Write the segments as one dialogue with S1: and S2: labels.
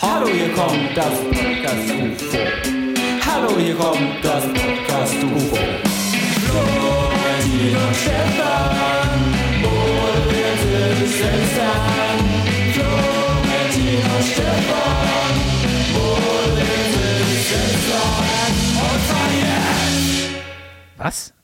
S1: Hallo, hier kommt das Podcast UFO. Hallo, hier kommt das Podcast UFO. Florentin und Stefan, moderierte Sensern. Florentin und Stefan, moderierte Sensern. Und
S2: Was?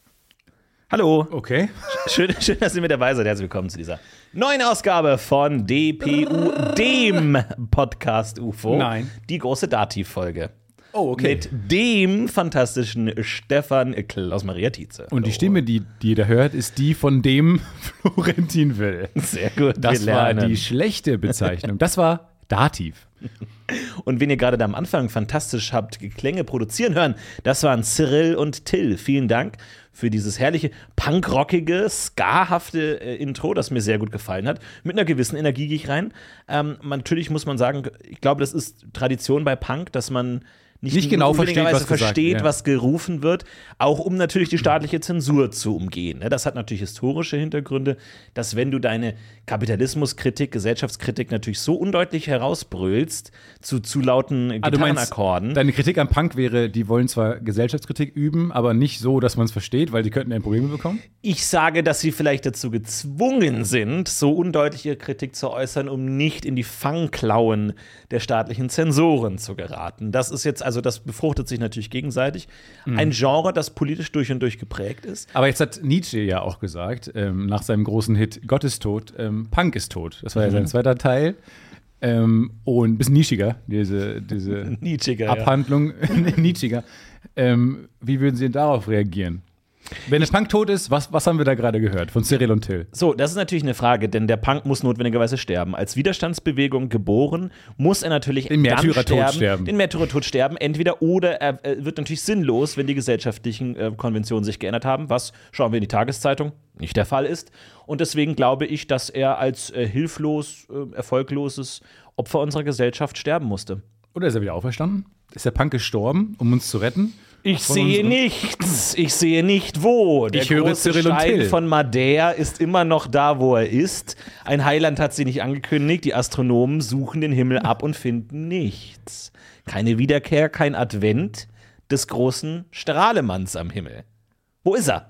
S2: Hallo.
S3: Okay.
S2: Schön, schön, dass ihr mit dabei seid. Herzlich willkommen zu dieser neuen Ausgabe von DPU, dem Podcast UFO.
S3: Nein.
S2: Die große Dativ-Folge.
S3: Oh, okay.
S2: Mit dem fantastischen Stefan Klaus-Maria Tietze.
S3: Und die Stimme, die, die jeder hört, ist die von dem Florentin Will.
S2: Sehr gut.
S3: Das
S2: wir
S3: war
S2: lernen.
S3: die schlechte Bezeichnung. Das war Dativ.
S2: Und wenn ihr gerade da am Anfang fantastisch habt Klänge produzieren hören, das waren Cyril und Till. Vielen Dank für dieses herrliche, punkrockige, skahafte äh, Intro, das mir sehr gut gefallen hat. Mit einer gewissen Energie gehe ich rein. Ähm, man- natürlich muss man sagen, ich glaube, das ist Tradition bei Punk, dass man nicht,
S3: Nicht genau versteht,
S2: notwendigerweise
S3: was gesagt
S2: versteht,
S3: wird, ja.
S2: was gerufen wird, auch um natürlich die staatliche Zensur zu umgehen. ne? Das hat natürlich historische Hintergründe, dass wenn du deine Kapitalismuskritik, Gesellschaftskritik natürlich so undeutlich herausbrüllst zu zu lauten äh,
S3: Ah, du meinst,
S2: Gitarrenakkorden,
S3: deine Kritik an Punk wäre, die wollen zwar Gesellschaftskritik üben, aber nicht so, dass man es versteht, weil die könnten dann Probleme bekommen.
S2: ich sage, dass sie vielleicht dazu gezwungen sind, so undeutlich ihre Kritik zu äußern, um nicht in die Fangklauen der staatlichen Zensoren zu geraten. Das ist jetzt, also das befruchtet sich natürlich gegenseitig.
S3: Mhm.
S2: Ein Genre, das politisch durch und durch geprägt ist.
S3: Aber jetzt hat Nietzsche ja auch gesagt, ähm, nach seinem großen Hit Gott ist tot, ähm, Punk ist tot. Das war ja sein zweiter Teil. Ähm, und ein bisschen nischiger, diese, diese
S2: Nietzschiger. ja.
S3: Abhandlung Nietzschiger. Ähm, wie würden Sie denn darauf reagieren? Wenn der Punk tot ist, was, was haben wir da gerade gehört von Cyril und Till?
S2: So, das ist natürlich eine Frage, denn der Punk muss notwendigerweise sterben. Als Widerstandsbewegung geboren, muss er natürlich
S3: Den
S2: dann
S3: Märtyrertod
S2: sterben,
S3: sterben.
S2: Den Märtyrertod sterben, entweder oder er äh, wird natürlich sinnlos, wenn die gesellschaftlichen äh, Konventionen sich geändert haben, was, schauen wir in die Tageszeitung, nicht der Fall ist. Und deswegen glaube ich, dass er als äh, hilflos, äh, erfolgloses Opfer unserer Gesellschaft sterben musste.
S3: Oder ist er wieder auferstanden? Ist der Punk gestorben, um uns zu retten?
S2: Ich
S3: Von
S2: sehe
S3: unseren-
S2: nichts, ich sehe nicht wo. Der
S3: Ich höre
S2: große
S3: Cyril und
S2: Stein
S3: Till.
S2: von Madeira ist immer noch da, wo er ist. Ein Heiland hat sie nicht angekündigt. Die Astronomen suchen den Himmel ab und finden nichts. Keine Wiederkehr, kein Advent des großen Strahlemanns am Himmel. Wo ist er?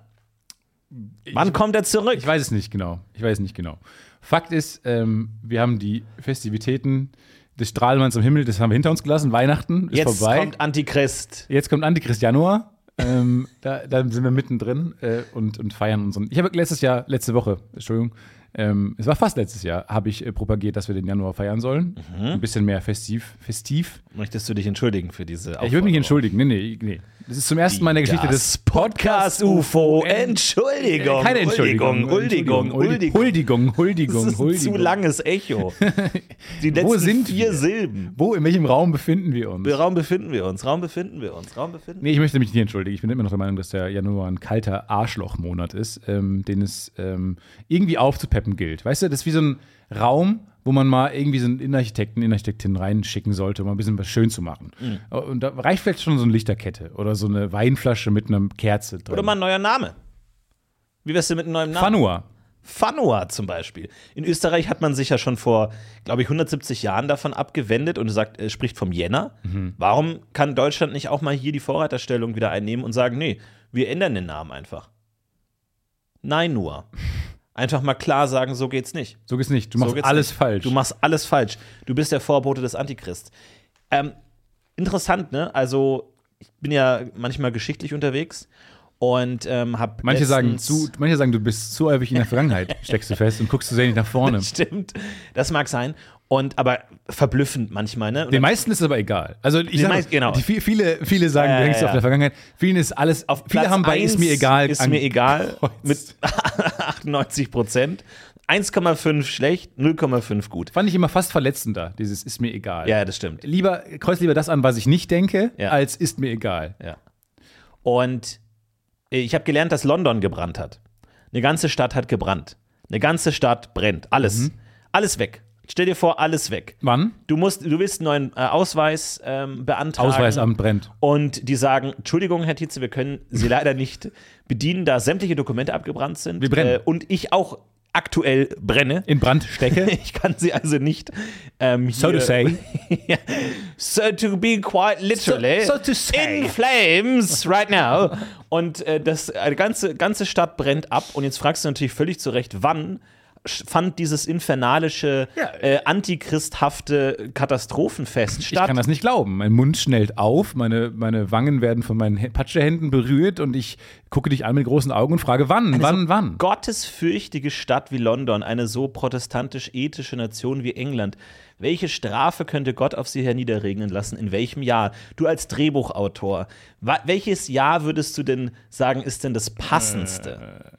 S2: Wann kommt er zurück?
S3: Ich weiß es nicht genau. Ich weiß es nicht genau. Fakt ist, ähm, wir haben die Festivitäten des Strahlmanns am Himmel, das haben wir hinter uns gelassen. Weihnachten ist
S2: Jetzt
S3: vorbei.
S2: kommt Antichrist.
S3: Jetzt kommt Antichrist Januar. ähm, da, da sind wir mittendrin äh, und, und feiern unseren. Ich habe letztes Jahr, letzte Woche, Entschuldigung, ähm, es war fast letztes Jahr, habe ich äh, propagiert, dass wir den Januar feiern sollen.
S2: Mhm.
S3: Ein bisschen mehr festiv. festiv.
S2: Möchtest du dich entschuldigen für diese
S3: Ich würde mich entschuldigen. Nee, nee, nee. Das ist zum ersten Mal in der Geschichte des
S2: Podcast UFO. Entschuldigung.
S3: Äh, Keine Entschuldigung.
S2: Huldigung, Huldigung, Huldigung.
S3: Huldigung, Huldigung,
S2: Das ist ein zu
S3: Huldigung.
S2: langes Echo. Die letzten
S3: Wo sind
S2: vier
S3: wir?
S2: Silben.
S3: Wo, in welchem Raum befinden wir uns?
S2: Raum befinden wir uns, Raum befinden wir uns, Raum befinden
S3: Nee, ich möchte mich nicht entschuldigen. Ich bin immer noch der Meinung, dass der Januar ein kalter Arschlochmonat ist, ähm, den es ähm, irgendwie aufzupeppen gilt. Weißt du, das ist wie so ein Raum, wo man mal irgendwie so einen Innenarchitekten, Innenarchitektin reinschicken sollte, um mal ein bisschen was schön zu machen.
S2: Mhm.
S3: Und da reicht vielleicht schon so eine Lichterkette oder so eine Weinflasche mit einer Kerze drin.
S2: Oder mal ein neuer Name. Wie wär's denn mit einem neuen Namen?
S3: Fanua.
S2: Fanua zum Beispiel. In Österreich hat man sich ja schon vor, glaube ich, 170 Jahren davon abgewendet und sagt, äh, spricht vom Jänner.
S3: Mhm.
S2: Warum kann Deutschland nicht auch mal hier die Vorreiterstellung wieder einnehmen und sagen, nee, wir ändern den Namen einfach? Nein, nur. Einfach mal klar sagen, so geht's nicht.
S3: So geht's nicht. Du
S2: So
S3: machst
S2: geht's
S3: alles
S2: nicht.
S3: falsch.
S2: Du machst alles falsch. Du bist der Vorbote des Antichrist. Ähm, interessant, ne? Also, ich bin ja manchmal geschichtlich unterwegs und ähm, habe.
S3: manche, sagen zu, manche sagen, du bist zu häufig in der Vergangenheit, steckst du fest und guckst zu sehr nicht nach vorne.
S2: Stimmt, das mag sein. Und aber verblüffend manchmal, ne? Und
S3: Den
S2: dann
S3: meisten ist es aber egal. Also ich sag,
S2: meisten- genau.
S3: die, vi- viele, viele sagen,
S2: Ja,
S3: du
S2: ja,
S3: hängst
S2: ja.
S3: auf der Vergangenheit. Vielen ist alles,
S2: auf
S3: viele
S2: Platz
S3: haben bei
S2: eins
S3: ist mir egal.
S2: Ist
S3: an-
S2: mir egal mit
S3: angekreuzt.
S2: 98 Prozent. 1,5 schlecht, 0,5 gut.
S3: Fand ich immer fast verletzender, dieses ist mir egal.
S2: Ja, das stimmt.
S3: Lieber, kreuz lieber das an, was ich nicht denke,
S2: Ja.
S3: als ist mir egal.
S2: Ja. Und ich habe gelernt, dass London gebrannt hat. Eine ganze Stadt hat gebrannt. Eine ganze Stadt brennt.
S3: Mhm.
S2: Alles. Alles weg. Stell dir vor, alles weg.
S3: Wann?
S2: Du musst, du willst einen neuen äh, Ausweis ähm, beantragen.
S3: Ausweisamt brennt.
S2: Und die sagen, Entschuldigung, Herr Tietze, wir können Sie leider nicht bedienen, da sämtliche Dokumente abgebrannt sind. Äh,
S3: Wir brennen.
S2: und ich auch aktuell brenne.
S3: In Brand stecke.
S2: Ich kann sie also nicht. Ähm,
S3: So
S2: hier-
S3: to say.
S2: so to be quite literally
S3: So- so to say.
S2: in flames right now. Und äh, das äh, die ganze ganze Stadt brennt ab. Und jetzt fragst du natürlich völlig zu Recht, wann sch- fand dieses infernalische,
S3: Ja.
S2: äh, antichrist-hafte Katastrophenfest
S3: Ich
S2: statt?
S3: kann das nicht glauben. Mein Mund schnellt auf, meine, meine Wangen werden von meinen Hä- Patschehänden berührt und ich gucke dich an mit großen Augen und frage, wann, wann, wann?
S2: gottesfürchtige Stadt wie London, eine so protestantisch-ethische Nation wie England. Welche Strafe könnte Gott auf sie herniederregnen lassen? In welchem Jahr? Du als Drehbuchautor, wa- welches Jahr würdest du denn sagen, ist denn das passendste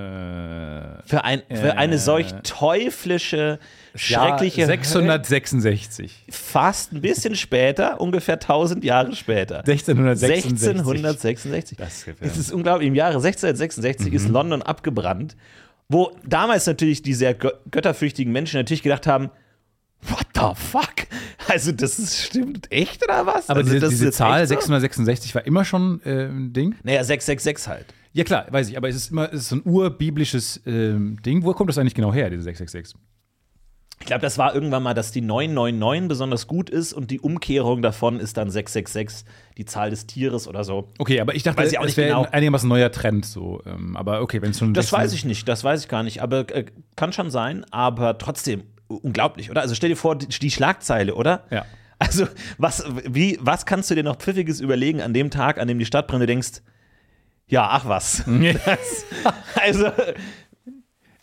S3: Äh,
S2: für, ein, für eine solch teuflische, schreckliche,
S3: ja, 666.
S2: Hölle? fast ein bisschen später, ungefähr 1000 Jahre später?
S3: 1666.
S2: 1666.
S3: Das Mhm. gefällt mir.
S2: es ist unglaublich. Im Jahre 1666 ist London abgebrannt, wo damals natürlich die sehr gö götterfürchtigen Menschen natürlich gedacht haben, what the fuck? Also das ist, stimmt echt oder was?
S3: Aber
S2: also,
S3: diese,
S2: das ist
S3: diese
S2: jetzt
S3: Zahl
S2: echt so?
S3: 666 war immer schon äh, ein Ding.
S2: Naja, 666 halt.
S3: Ja klar, weiß ich, aber es ist immer es ist so ein urbiblisches ähm, Ding. Wo kommt das eigentlich genau her, diese 666?
S2: Ich glaube, das war irgendwann mal, dass die 999 besonders gut ist und die Umkehrung davon ist dann 666, die Zahl des Tieres oder so.
S3: Okay, aber ich dachte,
S2: Weiß ich auch
S3: das
S2: nicht
S3: wäre
S2: genau.
S3: ein einigermaßen neuer Trend so. Ähm, aber okay, wenn es schon
S2: Das weiß ich nicht, das weiß ich gar nicht. Aber äh, kann schon sein, aber trotzdem unglaublich, oder? Also stell dir vor, die, die Schlagzeile, oder?
S3: Ja.
S2: Also, was, wie, was kannst du dir noch Pfiffiges überlegen an dem Tag, an dem die Stadt brennt, du denkst, ja, ach was. Das, also,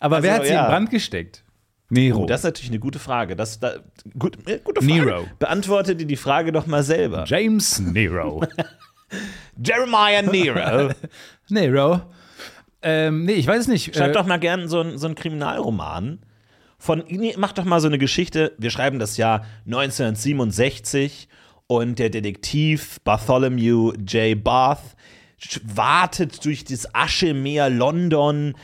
S3: Aber wer
S2: Also,
S3: hat sie
S2: ja. Oh,
S3: in Brand gesteckt? Nero.
S2: das ist natürlich eine gute Frage. Das, da, gut, äh, gute Frage.
S3: Nero.
S2: Beantworte dir die Frage doch mal selber.
S3: James Nero.
S2: Jeremiah Nero.
S3: Nero. Ähm, nee, ich weiß es nicht.
S2: Schreib doch mal gern so, einen- so einen Kriminalroman. Von, nee, mach doch mal so eine Geschichte. Wir schreiben das Jahr 1967 und der Detektiv Bartholomew J. Barth sch- wartet durch das Aschemeer London.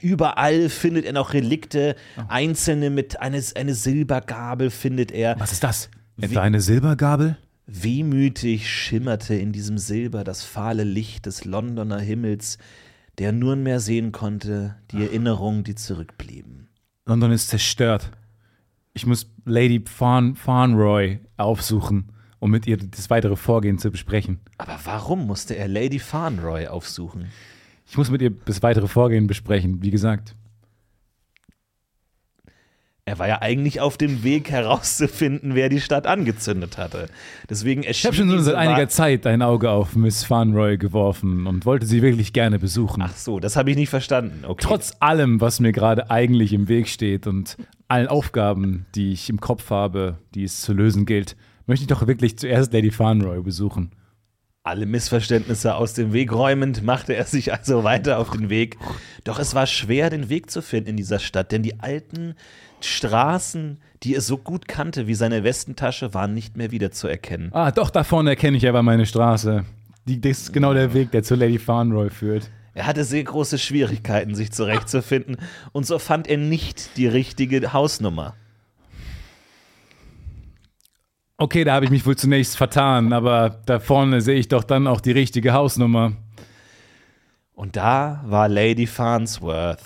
S2: Überall findet er noch Relikte. Einzelne mit eine, eine Silbergabel findet er.
S3: Was ist das? Etwa eine Silbergabel?
S2: Wehmütig schimmerte in diesem Silber das fahle Licht des Londoner Himmels, der nur mehr sehen konnte die Erinnerungen, die zurückblieben.
S3: London ist zerstört. Ich muss Lady Farn Farnroy aufsuchen, um mit ihr das weitere Vorgehen zu besprechen.
S2: Aber warum musste er Lady Farnroy aufsuchen?
S3: Ich muss mit ihr das weitere Vorgehen besprechen, wie gesagt.
S2: Er war ja eigentlich auf dem Weg herauszufinden, wer die Stadt angezündet hatte. Deswegen
S3: Ich habe schon so seit einiger Zeit ein Auge auf Miss Farnroy geworfen und wollte sie wirklich gerne besuchen.
S2: Ach so, das habe ich nicht verstanden. Okay.
S3: Trotz allem, was mir gerade eigentlich im Weg steht und allen Aufgaben, die ich im Kopf habe, die es zu lösen gilt, möchte ich doch wirklich zuerst Lady Farnroy besuchen.
S2: Alle Missverständnisse aus dem Weg räumend machte er sich also weiter auf den Weg. Doch es war schwer, den Weg zu finden in dieser Stadt, denn die alten Straßen, die er so gut kannte wie seine Westentasche, waren nicht mehr wiederzuerkennen.
S3: Ah, doch, da vorne erkenne ich aber meine Straße. Die, das ist genau der Weg, der zu Lady Farnroy führt.
S2: Er hatte sehr große Schwierigkeiten, sich zurechtzufinden, und so fand er nicht die richtige Hausnummer.
S3: Okay, da habe ich mich wohl zunächst vertan, aber da vorne sehe ich doch dann auch die richtige Hausnummer.
S2: Und da war Lady Farnsworth.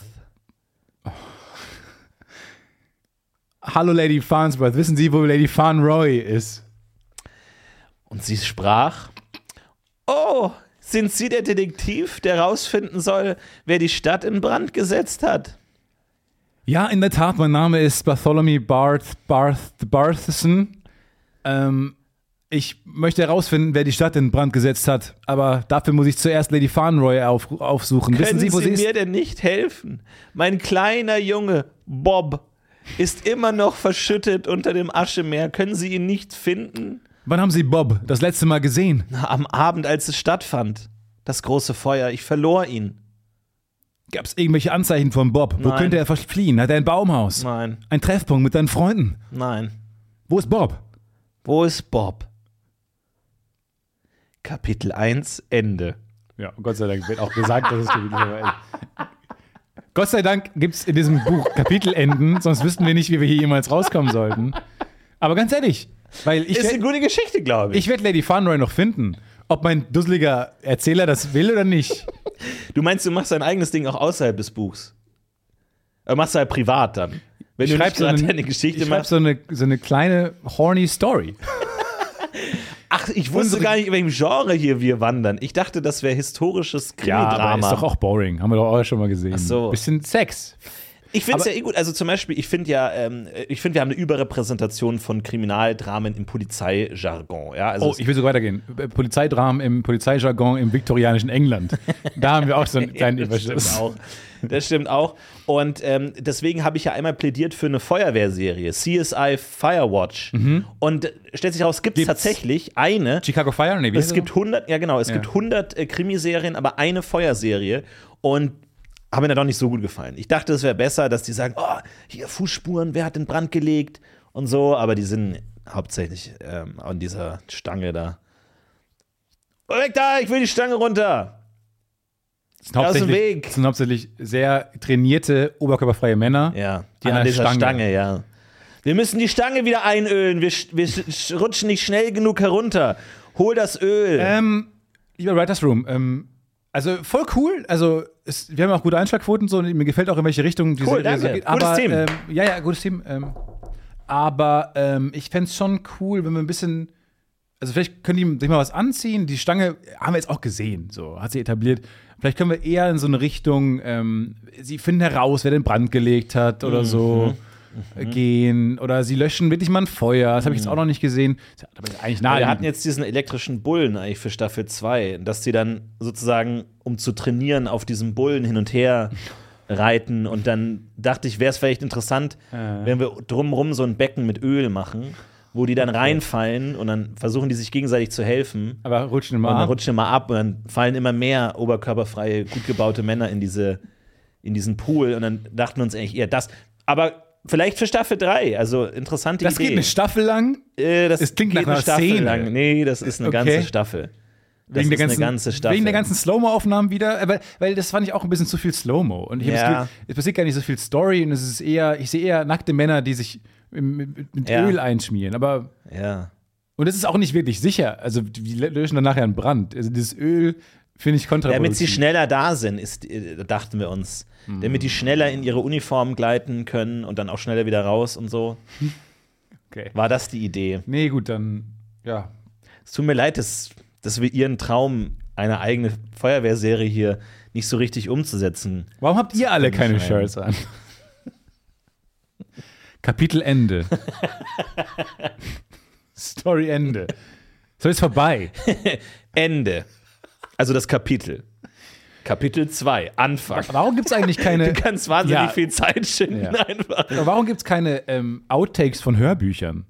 S3: Hallo Lady Farnsworth, wissen Sie, wo Lady Farnroy ist?
S2: Und sie sprach: Oh, sind Sie der Detektiv, der herausfinden soll, wer die Stadt in Brand gesetzt hat?
S3: Ja, in der Tat, mein Name ist Bartholomew Barth, Barth, Bartheson. Ähm, ich möchte herausfinden, wer die Stadt in Brand gesetzt hat, aber dafür muss ich zuerst Lady Farnroy auf, aufsuchen.
S2: Können
S3: wissen Sie, wo sie,
S2: mir
S3: ist?
S2: denn nicht helfen? Mein kleiner Junge, Bob, ist immer noch verschüttet unter dem Aschemeer. Können Sie ihn nicht finden?
S3: Wann haben Sie Bob das letzte Mal gesehen?
S2: Na, am Abend, als es stattfand. Das große Feuer, ich verlor ihn.
S3: Gab es irgendwelche Anzeichen von Bob? Wo
S2: Nein.
S3: könnte er fliehen? Hat er ein Baumhaus?
S2: Nein,
S3: Ein Treffpunkt mit deinen Freunden?
S2: nein.
S3: Wo ist Bob?
S2: Wo ist Bob? Kapitel 1, Ende.
S3: Ja, Gott sei Dank wird auch gesagt, dass es Kapitel ist. Gott sei Dank gibt es in diesem Buch Kapitelenden, sonst wüssten wir nicht, wie wir hier jemals rauskommen sollten. Aber ganz ehrlich, weil ich,
S2: Ist
S3: werd-
S2: eine gute Geschichte, glaube ich.
S3: ich werde Lady Farnroy noch finden. Ob mein dusseliger Erzähler das will oder nicht.
S2: Du meinst, du machst dein eigenes Ding auch außerhalb des Buchs? Äh, machst du halt privat dann. Wenn du nicht gerade deine Geschichte
S3: ich schreib
S2: machst.
S3: so eine, so eine kleine horny Story.
S2: Ach, ich wusste
S3: unsere-
S2: gar nicht, in welchem Genre hier wir wandern. Ich dachte, das wäre historisches
S3: aber
S2: Krimi-Drama.
S3: ist doch auch boring. Haben wir doch auch schon mal gesehen. Ach
S2: so.
S3: Bisschen Sex.
S2: Ich finde es
S3: Aber-
S2: ja eh gut. Also zum Beispiel, ich finde ja, ähm, ich finde, wir haben eine Überrepräsentation von Kriminaldramen im Polizeijargon. Ja, also
S3: Oh,
S2: es-
S3: ich will sogar weitergehen. Polizeidramen im Polizeijargon im viktorianischen England. Da haben wir auch so einen kleinen
S2: das stimmt
S3: Überschuss.
S2: auch. Das stimmt auch. Und ähm, deswegen habe ich ja einmal plädiert für eine Feuerwehrserie, CSI Firewatch. Und äh, stellt sich raus, gibt es
S3: Mhm. Gibt's?
S2: tatsächlich eine.
S3: Chicago Fire? Nee, wie heißt
S2: Es
S3: das
S2: gibt 100, ja genau, es
S3: Also Ja.
S2: gibt 100 äh, Krimiserien, aber eine Feuerserie. Und haben mir da doch nicht so gut gefallen. Ich dachte, es wäre besser, dass die sagen, oh, hier Fußspuren, wer hat den Brand gelegt und so, aber die sind hauptsächlich ähm, an dieser Stange da. Weg da, ich will die Stange runter.
S3: das? sind hauptsächlich-
S2: aus dem Weg.
S3: Das sind hauptsächlich sehr trainierte, oberkörperfreie Männer.
S2: Ja, die an
S3: An der
S2: dieser
S3: Stange.
S2: Stange. ja. Wir müssen die Stange wieder einölen, wir, sch- wir sch- sch- rutschen nicht schnell genug herunter. Hol das Öl.
S3: Ähm, lieber Writers Room, ähm, also voll cool. Also es, wir haben auch gute Einschlagquoten so und mir gefällt auch in welche Richtung diese
S2: Cool,
S3: Serie so
S2: danke.
S3: geht.
S2: Gutes
S3: aber,
S2: Team.
S3: Ähm, ja, ja, gutes Team. Ähm, aber ähm, ich fände es schon cool, wenn wir ein bisschen also vielleicht können die sich mal was anziehen. Die Stange haben wir jetzt auch gesehen, so hat sie etabliert. Vielleicht können wir eher in so eine Richtung, ähm, sie finden heraus, wer den Brand gelegt hat oder so
S2: Mhm.
S3: äh, gehen. Oder sie löschen wirklich mal ein Feuer. Das habe ich jetzt auch noch nicht gesehen. Das hat aber eigentlich
S2: Wir
S3: naheliegend.
S2: Mhm. hatten jetzt diesen elektrischen Bullen eigentlich für Staffel 2, dass die dann sozusagen, um zu trainieren, auf diesem Bullen hin und her reiten. Und dann dachte ich, wäre es vielleicht interessant,
S3: Äh.
S2: wenn wir drumrum so ein Becken mit Öl machen, wo die dann reinfallen und dann versuchen die sich gegenseitig zu helfen.
S3: aber rutschen
S2: Und
S3: mal
S2: dann
S3: ab.
S2: rutschen immer ab und dann fallen immer mehr oberkörperfreie, gut gebaute Männer in, diese, in diesen Pool. Und dann dachten wir uns eigentlich eher das. Aber vielleicht für Staffel 3, also interessante
S3: Das
S2: Idee.
S3: geht eine Staffel lang.
S2: Äh, das
S3: Es klingt nach
S2: geht eine
S3: einer
S2: Staffel
S3: Szene.
S2: lang. Nee, das ist eine
S3: Okay.
S2: ganze Staffel. Das
S3: wegen
S2: ist
S3: der ganzen,
S2: eine ganze Staffel.
S3: Wegen der ganzen Slow-Mo-Aufnahmen wieder, äh, weil, weil das fand ich auch ein bisschen zu viel Slow-Mo. Und ich hab
S2: Ja.
S3: das Gefühl, es passiert gar nicht so viel Story und es ist eher, ich sehe eher nackte Männer, die sich im- mit, mit
S2: Ja.
S3: Öl einschmieren. Aber,
S2: ja.
S3: und es ist auch nicht wirklich sicher. Also, die löschen dann nachher einen Brand. Also, dieses Öl finde ich
S2: Damit sie
S3: kontraproduktiv.
S2: schneller da sind, ist, äh, dachten wir uns.
S3: Hm.
S2: Damit die schneller in ihre Uniformen gleiten können und dann auch schneller wieder raus und so.
S3: okay.
S2: War das die Idee?
S3: Nee, gut, dann, ja.
S2: Es tut mir leid, dass, dass wir ihren Traum, eine eigene Feuerwehrserie hier nicht so richtig umzusetzen.
S3: Warum habt ihr alle keine
S2: schreiben.
S3: Shirts an? Kapitel Ende. Story Ende. So ist vorbei.
S2: Ende. Also das Kapitel. Kapitel 2, Anfang.
S3: Warum gibt es eigentlich keine.
S2: Du kannst wahnsinnig
S3: Ja.
S2: viel Zeit schinden
S3: Ja.
S2: einfach.
S3: Aber Warum gibt es keine ähm, Outtakes von Hörbüchern?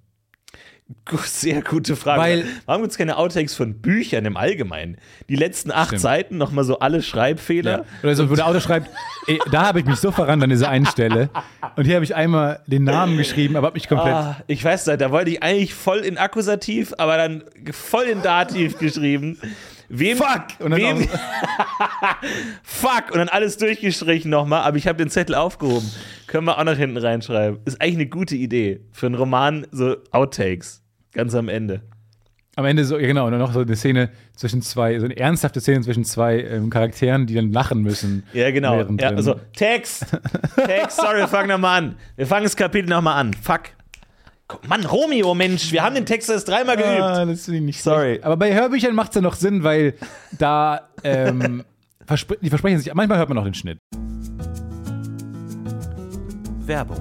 S2: Gu- Sehr gute Frage.
S3: Weil-
S2: Warum gibt es keine Outtakes von Büchern im Allgemeinen? Die letzten acht
S3: Stimmt.
S2: Seiten nochmal so alle Schreibfehler.
S3: Oder so, wo der Autor schreibt, ey, da habe ich mich so verrannt an dieser einen Stelle. Und hier habe ich einmal den Namen geschrieben, aber habe mich komplett.
S2: Ah, ich weiß nicht, da wollte ich eigentlich voll in Akkusativ, aber dann voll in Dativ geschrieben. Wem,
S3: Fuck! Und dann
S2: wem,
S3: auch-
S2: fuck! Und dann alles durchgestrichen nochmal, aber ich habe den Zettel aufgehoben. Können wir auch noch hinten reinschreiben. Ist eigentlich eine gute Idee für einen Roman, so Outtakes. Ganz am Ende.
S3: am Ende so, ja genau, und dann noch so eine Szene zwischen zwei, so eine ernsthafte Szene zwischen zwei ähm, Charakteren, die dann lachen müssen.
S2: Ja, genau.
S3: während
S2: Ja,
S3: drin.
S2: also, Text! Text, sorry, wir fangen nochmal an. Wir fangen das Kapitel nochmal an. Fuck. Guck, Mann, Romeo, Mensch, wir haben den Text erst dreimal geübt.
S3: Ah, das finde ich nicht
S2: Sorry.
S3: schlecht. Aber bei Hörbüchern macht es ja noch Sinn, weil da ähm, verspre die versprechen sich, manchmal hört man noch den Schnitt.
S2: Werbung.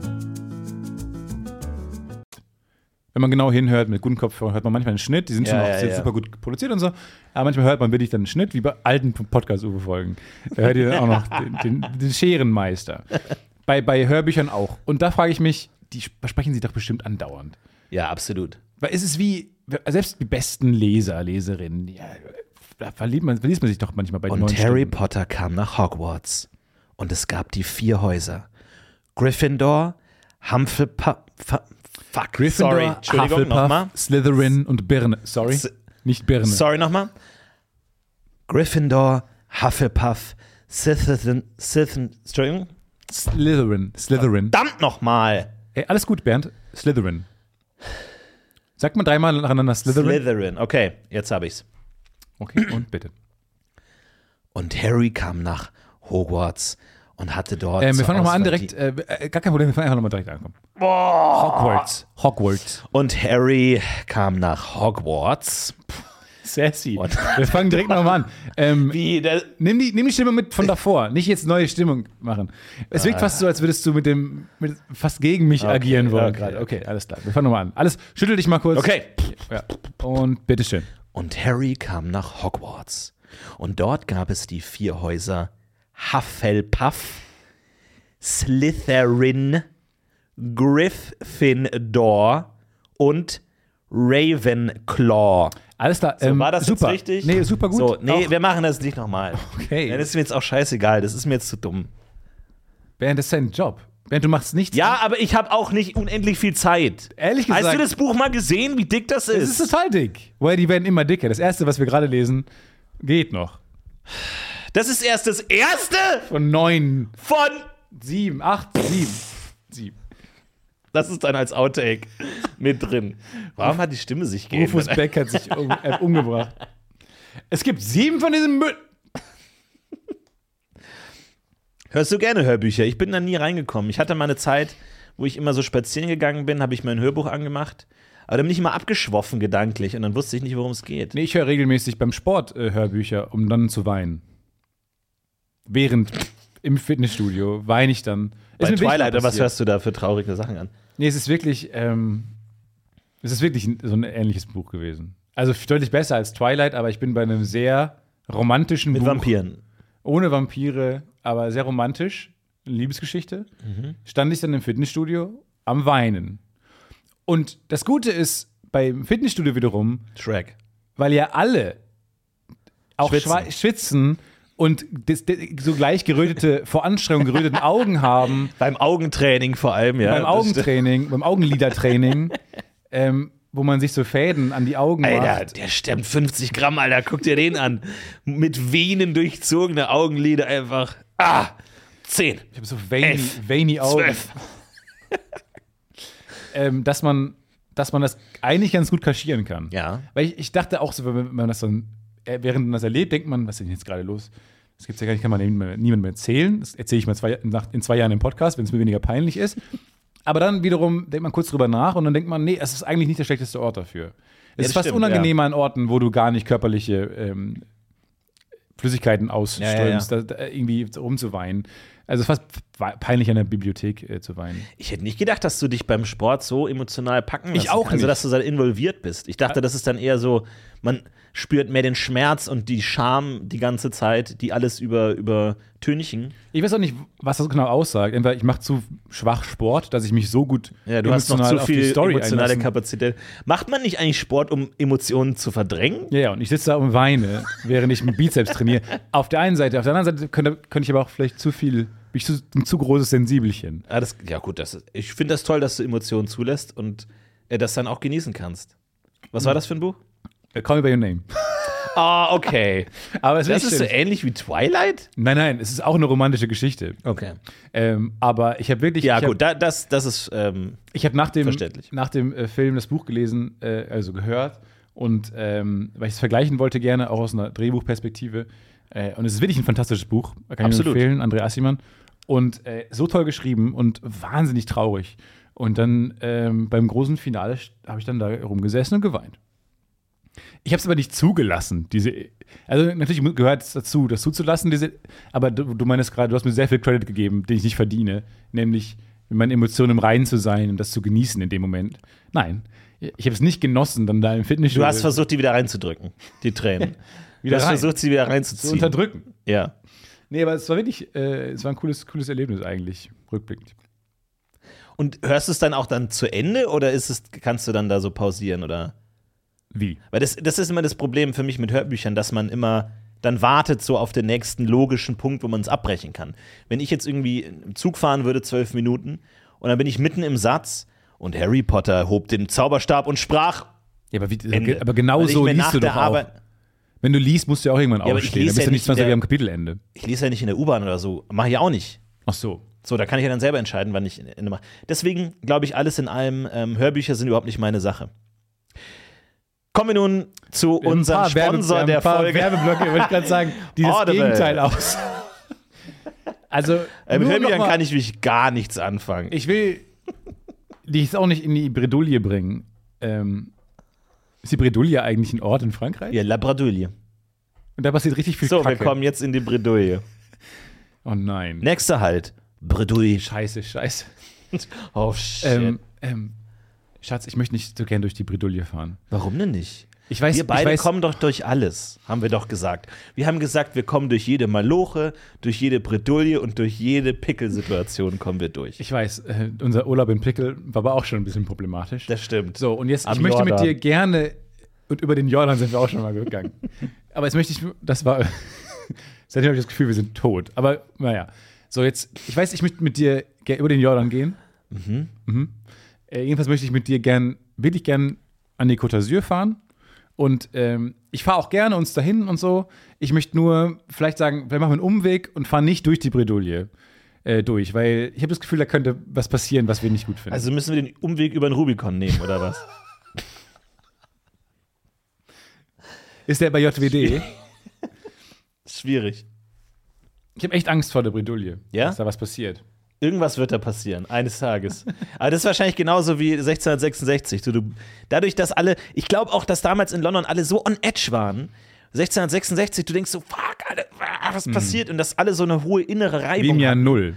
S3: Wenn man genau hinhört, mit guten Kopfhörern hört man manchmal einen Schnitt, die sind
S2: Ja,
S3: schon auch
S2: ja,
S3: sehr-
S2: ja.
S3: super gut produziert und so, aber manchmal hört man wirklich dann einen Schnitt, wie bei alten Podcast-Uwe-Folgen. Da hört ihr dann auch noch den, den, den Scherenmeister. Bei, bei Hörbüchern auch. Und da frage ich mich, die sp- sprechen sie doch bestimmt andauernd.
S2: Ja, absolut.
S3: Weil es ist wie, selbst die besten Leser, Leserinnen, ja, da verliert man, verliest man sich doch manchmal bei den
S2: Und
S3: neuen
S2: Harry
S3: Stimmen.
S2: Potter kam nach Hogwarts. Und es gab die vier Häuser. Gryffindor, Humphrey... Fuck,
S3: Gryffindor,
S2: sorry, Entschuldigung,
S3: Hufflepuff,
S2: nochmal.
S3: Slytherin und Birne. Sorry,
S2: S-
S3: nicht Birne.
S2: Sorry nochmal. Gryffindor, Hufflepuff, Slytherin, Slytherin, Entschuldigung.
S3: Slytherin, Slytherin.
S2: Verdammt nochmal.
S3: Ey, alles gut, Bernd. Slytherin. Sagt man dreimal nacheinander Slytherin.
S2: Slytherin, okay, jetzt habe ich's.
S3: okay, und bitte. Äh,
S2: Und Harry kam nach Hogwarts und hatte dort.
S3: Äh, wir
S2: zur
S3: fangen nochmal an
S2: Auswahl
S3: direkt. Äh, äh, gar kein Problem, wir fangen einfach nochmal direkt an. Komm. Hogwarts. Hogwarts.
S2: die- Und Harry kam nach Hogwarts.
S3: Sassy. Wir fangen direkt nochmal an. Ähm,
S2: Wie, der,
S3: nimm, die, nimm die Stimme mit von davor, nicht jetzt neue Stimmung machen. Es wirkt fast so, als würdest du mit dem mit, fast gegen mich agieren wollen.
S2: Ah. okay,
S3: gerade. okay, alles klar. Wir fangen nochmal an. Alles, schüttel dich mal kurz.
S2: Okay.
S3: Ja. Und bitteschön.
S2: Und Harry kam nach Hogwarts. Und dort gab es die vier Häuser Hufflepuff, Slytherin, Gryffindor und Ravenclaw.
S3: Alles klar. ähm, super. Nee, super gut.
S2: So, nee,
S3: Auch-
S2: wir machen das nicht nochmal.
S3: Okay.
S2: Dann ist mir jetzt auch scheißegal, das ist mir jetzt zu dumm.
S3: Bernd, das ist dein Job. Bernd, du machst nichts.
S2: Ja, aber ich habe auch nicht unendlich viel Zeit.
S3: Ehrlich
S2: Hast
S3: gesagt-
S2: du das Buch mal gesehen, wie dick das
S3: Es
S2: ist?
S3: ist total dick. Weil die werden immer dicker. Das erste, was wir gerade lesen, geht noch.
S2: das ist erst das erste
S3: Von neun,
S2: von
S3: sieben, acht, sieben, sieben.
S2: Das ist dann als Outtake mit drin. Warum hat die Stimme sich
S3: Rufus
S2: geändert?
S3: Beck hat sich um, äh, umgebracht. Es gibt sieben von diesem Müll.
S2: Hörst du gerne Hörbücher? Ich bin da nie reingekommen. Ich hatte mal eine Zeit, wo ich immer so spazieren gegangen bin, habe ich mein Hörbuch angemacht. Aber dann bin ich immer abgeschwoffen gedanklich und dann wusste ich nicht, worum es geht.
S3: Nee, ich höre regelmäßig beim Sport äh, Hörbücher, um dann zu weinen. Während im Fitnessstudio weine ich dann.
S2: Bei
S3: mir wirklich mal
S2: Twilight, oder was
S3: passiert.
S2: hörst du da für traurige Sachen an?
S3: Nee, es ist wirklich, ähm, es ist wirklich ein- so ein ähnliches Buch gewesen. Also f- deutlich besser als Twilight, aber ich bin bei einem sehr romantischen
S2: Mit
S3: Buch.
S2: Vampiren.
S3: Ohne Vampire, aber sehr romantisch. Eine Liebesgeschichte.
S2: Mhm.
S3: Stand ich dann im Fitnessstudio am Weinen. Und das Gute ist, beim Fitnessstudio wiederum,
S2: Shrek.
S3: weil ja alle auch
S2: Schwitzen.
S3: schwitzen, schwitzen und des, des, so gleich gerötete, vor Anstrengung geröteten Augen haben,
S2: Beim Augentraining vor allem, ja.
S3: beim
S2: das
S3: Augentraining, beim Augenlidertraining, ähm, wo man sich so Fäden an die Augen
S2: stimmt. Alter,
S3: macht.
S2: der stemmt 50 Gramm, Alter. Guck dir den an. Mit Venen durchzogene Augenlider einfach. Ah! 10.
S3: Ich habe so veiny,
S2: Elf,
S3: veiny Augen,
S2: 12.
S3: ähm, dass, man, dass man das eigentlich ganz gut kaschieren kann.
S2: Ja.
S3: Weil ich, ich dachte auch so, wenn man- wenn man das dann, äh, während man das erlebt, denkt man, was ist denn jetzt gerade los? Das gibt's ja gar nicht, kann man niemandem niemandem erzählen. Das erzähle ich mal zwei, nach, in zwei Jahren im Podcast, wenn es mir weniger peinlich ist. Aber dann wiederum denkt man kurz drüber nach und dann denkt man, nee, es ist eigentlich nicht der schlechteste Ort dafür. Es ist
S2: das
S3: fast
S2: stimmt,
S3: unangenehmer an Orten, wo du gar nicht körperliche ähm, Flüssigkeiten ausströmst,
S2: Ja, ja, ja.
S3: Da, da irgendwie rumzuweinen. Also fast we- peinlich an der Bibliothek äh, zu weinen.
S2: Ich hätte nicht gedacht, dass du dich beim Sport so emotional packen lässt.
S3: Ich auch
S2: Also,
S3: nicht.
S2: dass du da involviert bist. Ich dachte, das ist dann eher so, man spürt mehr den Schmerz und die Scham die ganze Zeit, die alles über, über Tönchen.
S3: Ich weiß auch nicht, was das genau aussagt. Entweder ich mache zu schwach Sport, dass ich mich so gut
S2: Ja, du hast noch zu
S3: auf die
S2: viel
S3: Story
S2: emotionale
S3: einlassen.
S2: Kapazität. Macht man nicht eigentlich Sport, um Emotionen zu verdrängen?
S3: Ja, ja, und ich sitze da und weine, während ich mit Bizeps trainiere. Auf der einen Seite, auf der anderen Seite könnte, könnte ich aber auch vielleicht zu viel, bin ich zu, ein zu großes Sensibelchen.
S2: Ja, Ah, das, ja gut, das, ist- ich finde das toll, dass du Emotionen zulässt und äh, das dann auch genießen kannst. Was
S3: Hm.
S2: war das für ein Buch?
S3: Äh, Call me by your name.
S2: Ah, okay.
S3: Aber es
S2: Das
S3: nicht
S2: ist so
S3: schlimm.
S2: ähnlich wie Twilight?
S3: Nein, nein, es ist auch eine romantische Geschichte.
S2: Okay.
S3: Ähm, aber ich habe wirklich.
S2: Ja,
S3: ich hab,
S2: gut, da, das, das ist. Ähm,
S3: Ich habe nach dem,
S2: Verständlich.
S3: nach dem äh, Film das Buch gelesen, äh, also gehört und ähm, weil ich es vergleichen wollte gerne, auch aus einer Drehbuchperspektive. Äh, und es ist wirklich ein fantastisches Buch, kann ich nur
S2: Absolut.
S3: empfehlen, André Assimann. Und äh, so toll geschrieben und wahnsinnig traurig. Und dann ähm, beim großen Finale habe ich dann da rumgesessen und geweint. Ich habe es aber nicht zugelassen, diese. Also natürlich mu- gehört es dazu, das zuzulassen, diese. Aber du, du meinst gerade, du hast mir sehr viel Credit gegeben, den ich nicht verdiene, nämlich mit meinen Emotionen im Reinen zu sein und das zu genießen in dem Moment. Nein, ich habe es nicht genossen, dann da im Fitnessstudio
S2: du hast versucht, die wieder reinzudrücken, die Tränen.
S3: Wieder
S2: du hast
S3: rein.
S2: versucht, sie wieder
S3: zu
S2: reinzuziehen.
S3: unterdrücken.
S2: ja.
S3: Nee, aber es war wirklich, äh, es war ein cooles, cooles Erlebnis eigentlich, rückblickend.
S2: Und hörst du es dann auch dann zu Ende oder ist es, kannst du dann da so pausieren oder?
S3: Wie?
S2: Weil das, das ist immer das Problem für mich mit Hörbüchern, dass man immer dann wartet so auf den nächsten logischen Punkt, wo man es abbrechen kann. Wenn ich jetzt irgendwie im Zug fahren würde, zwölf Minuten, und dann bin ich mitten im Satz und Harry Potter hob den Zauberstab und sprach.
S3: Ja, aber,
S2: Ende.
S3: wie, aber genau
S2: Weil ich
S3: so
S2: mir
S3: liest
S2: nach
S3: du
S2: der
S3: doch
S2: Arbeit,
S3: auch. Wenn du liest, musst du ja auch irgendwann
S2: aber ich
S3: aufstehen. Dann
S2: lese
S3: bist
S2: ja
S3: du nicht
S2: nicht
S3: zwangsläufig
S2: der-
S3: am Kapitelende.
S2: Ich lese ja nicht in der U-Bahn oder so. Mache ich auch nicht.
S3: Ach so.
S2: So, da kann ich ja dann selber entscheiden, wann ich in- in mache. Deswegen glaube ich, alles in allem, ähm, Hörbücher sind überhaupt nicht meine Sache. Kommen wir nun zu
S3: Wir haben ein
S2: unserem
S3: paar Werbe-
S2: Sponsor
S3: wir haben
S2: der
S3: ein paar
S2: Folge.
S3: Werbeblöcke, wollte ich gerade sagen, die das
S2: Audible.
S3: Gegenteil aus. Also,
S2: Äh, mit
S3: nur noch
S2: Hörbüchern
S3: mal-
S2: kann ich mich gar nichts anfangen.
S3: ich will dich jetzt auch nicht in die Bredouille bringen. Ähm, ist die Bredouille eigentlich ein Ort in Frankreich?
S2: ja, Labradulie.
S3: Und da passiert richtig viel
S2: So,
S3: Kacke.
S2: wir kommen jetzt in die Bredouille.
S3: Oh nein.
S2: Nächster Halt. Bredouille.
S3: Scheiße, scheiße.
S2: Oh, shit.
S3: Ähm, ähm, Schatz, ich möchte nicht so gern durch die Bredouille fahren.
S2: Warum denn nicht?
S3: Ich weiß,
S2: wir beide
S3: ich weiß,
S2: kommen doch durch alles, haben wir doch gesagt. Wir haben gesagt, wir kommen durch jede Maloche, durch jede Bredouille und durch jede Pickelsituation kommen wir durch.
S3: ich weiß, äh, unser Urlaub in Pickel war aber auch schon ein bisschen problematisch.
S2: Das stimmt.
S3: So, und jetzt, ich
S2: Am
S3: möchte mit
S2: Jordan.
S3: dir gerne, und über den Jordan sind wir auch schon mal gegangen. Aber jetzt möchte ich, das war, seitdem habe ich das Gefühl, wir sind tot. Aber naja, so jetzt, ich weiß, ich möchte mit dir ge- über den Jordan gehen. Mhm. Äh, jedenfalls möchte ich mit dir gern, wirklich gern an die Côte d'Azur fahren. Und ähm, ich fahre auch gerne uns dahin und so. Ich möchte nur vielleicht sagen, wir machen einen Umweg und fahren nicht durch die Bredouille äh, durch, weil ich habe das Gefühl, da könnte was passieren, was wir nicht gut finden.
S2: Also müssen wir den Umweg über den Rubicon nehmen, oder was?
S3: ist der bei JWD?
S2: Schwierig.
S3: Ich habe echt Angst vor der Bredouille,
S2: Ja?
S3: dass da was passiert.
S2: Irgendwas wird da passieren, eines Tages. Aber das ist wahrscheinlich genauso wie 1666. Du, du, dadurch, dass alle, ich glaube auch, dass damals in London alle so on edge waren. 1666, du denkst so, fuck, Alter, ah, was passiert? Und dass alle so eine hohe innere
S3: Mhm. Wie
S2: Reibung
S3: im Jahr
S2: haben.
S3: Null,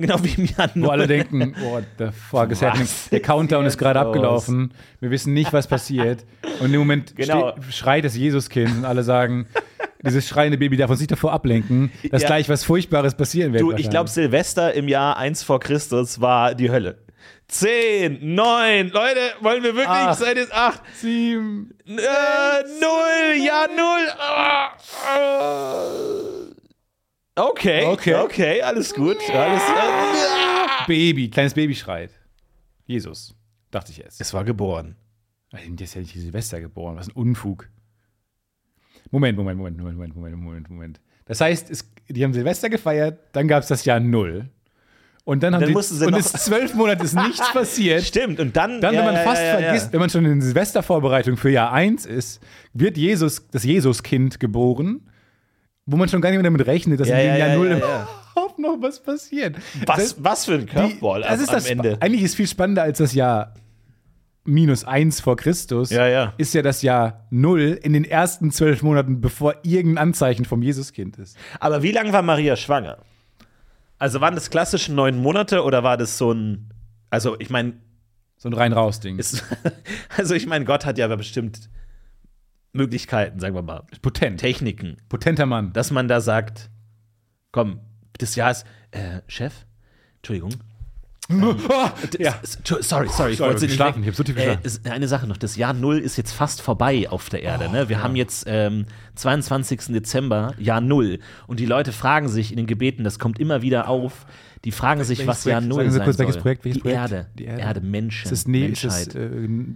S2: Genau wie im Jahr
S3: wo
S2: Null.
S3: alle denken, oh, what the fuck
S2: Was
S3: is happening? Der
S2: ist
S3: Countdown
S2: jetzt
S3: ist gerade
S2: los?
S3: abgelaufen, wir wissen nicht, was passiert. Und im Moment
S2: Genau.
S3: ste- schreit das Jesuskind und alle sagen, dieses schreiende Baby darf uns nicht davor ablenken, dass
S2: Ja.
S3: gleich was Furchtbares passieren wird.
S2: Du, ich glaube,
S3: wahrscheinlich.
S2: Silvester im Jahr 1 vor Christus war die Hölle. 10, 9, Leute, wollen wir wirklich?
S3: Acht.
S2: Seid jetzt 8,
S3: Sieben.
S2: äh, 0, ja 0. Ah, ah. Okay,
S3: Okay.
S2: okay, okay, alles gut. Alles, äh,
S3: Baby, kleines Baby schreit. Jesus, dachte ich erst.
S2: es war geboren.
S3: Also, Der ist ja nicht Silvester geboren, was ein Unfug. Moment, Moment, Moment, Moment, Moment, Moment, Moment, Moment. Das heißt, es, die haben Silvester gefeiert, dann gab es das Jahr Null. Und dann haben
S2: Dann
S3: die,
S2: mussten sie
S3: und
S2: noch-
S3: es zwölf Monate ist nichts passiert.
S2: Stimmt, und dann.
S3: Dann,
S2: ja,
S3: wenn man
S2: ja,
S3: fast
S2: ja, ja,
S3: vergisst, wenn man schon in Silvestervorbereitung für Jahr 1 ist, wird Jesus, das Jesuskind geboren, wo man schon gar nicht mehr damit rechnet, dass
S2: Ja,
S3: in dem
S2: ja,
S3: Jahr
S2: ja,
S3: Null
S2: ja, ja.
S3: überhaupt noch was passiert.
S2: Was, was für ein
S3: Die-
S2: Curveball am,
S3: das ist
S2: am
S3: das,
S2: Ende.
S3: Eigentlich ist viel spannender als das Jahr minus 1 vor Christus
S2: Ja, ja.
S3: ist ja das Jahr null in den ersten zwölf Monaten, bevor irgendein Anzeichen vom Jesuskind ist.
S2: Aber wie lange war Maria schwanger? Also waren das klassische neun Monate oder war das so ein. Also ich meine,
S3: So ein rein-raus-Ding.
S2: ist- also ich meine, Gott hat ja bestimmt Möglichkeiten, sagen wir mal,
S3: potent.
S2: Techniken,
S3: Potenter Mann.
S2: dass man da sagt, komm, das Jahr ist, äh, Chef, Entschuldigung,
S3: Ah, ja.
S2: S- Entschu- Sorry, sorry, ich
S3: Sorry,
S2: wollte Sie
S3: ich
S2: nicht
S3: schlafen,
S2: weg-
S3: ich hab so tief
S2: Äh,
S3: geschlafen.
S2: ist- Eine Sache noch, das Jahr Null ist jetzt fast vorbei auf der Erde. ne? Wir haben jetzt ähm, 22. Dezember, Jahr Null. Und die Leute fragen sich in den Gebeten, das kommt immer wieder auf, die fragen sich,
S3: welches
S2: was Jahr
S3: Projekt?
S2: Null
S3: Sagen Sie
S2: sein
S3: kurz,
S2: soll.
S3: welches Projekt, welches
S2: die,
S3: Projekt?
S2: Erde.
S3: Die
S2: die
S3: Erde.
S2: Erde, Menschen,
S3: Ist das, nee, ist
S2: Menschheit.
S3: das äh,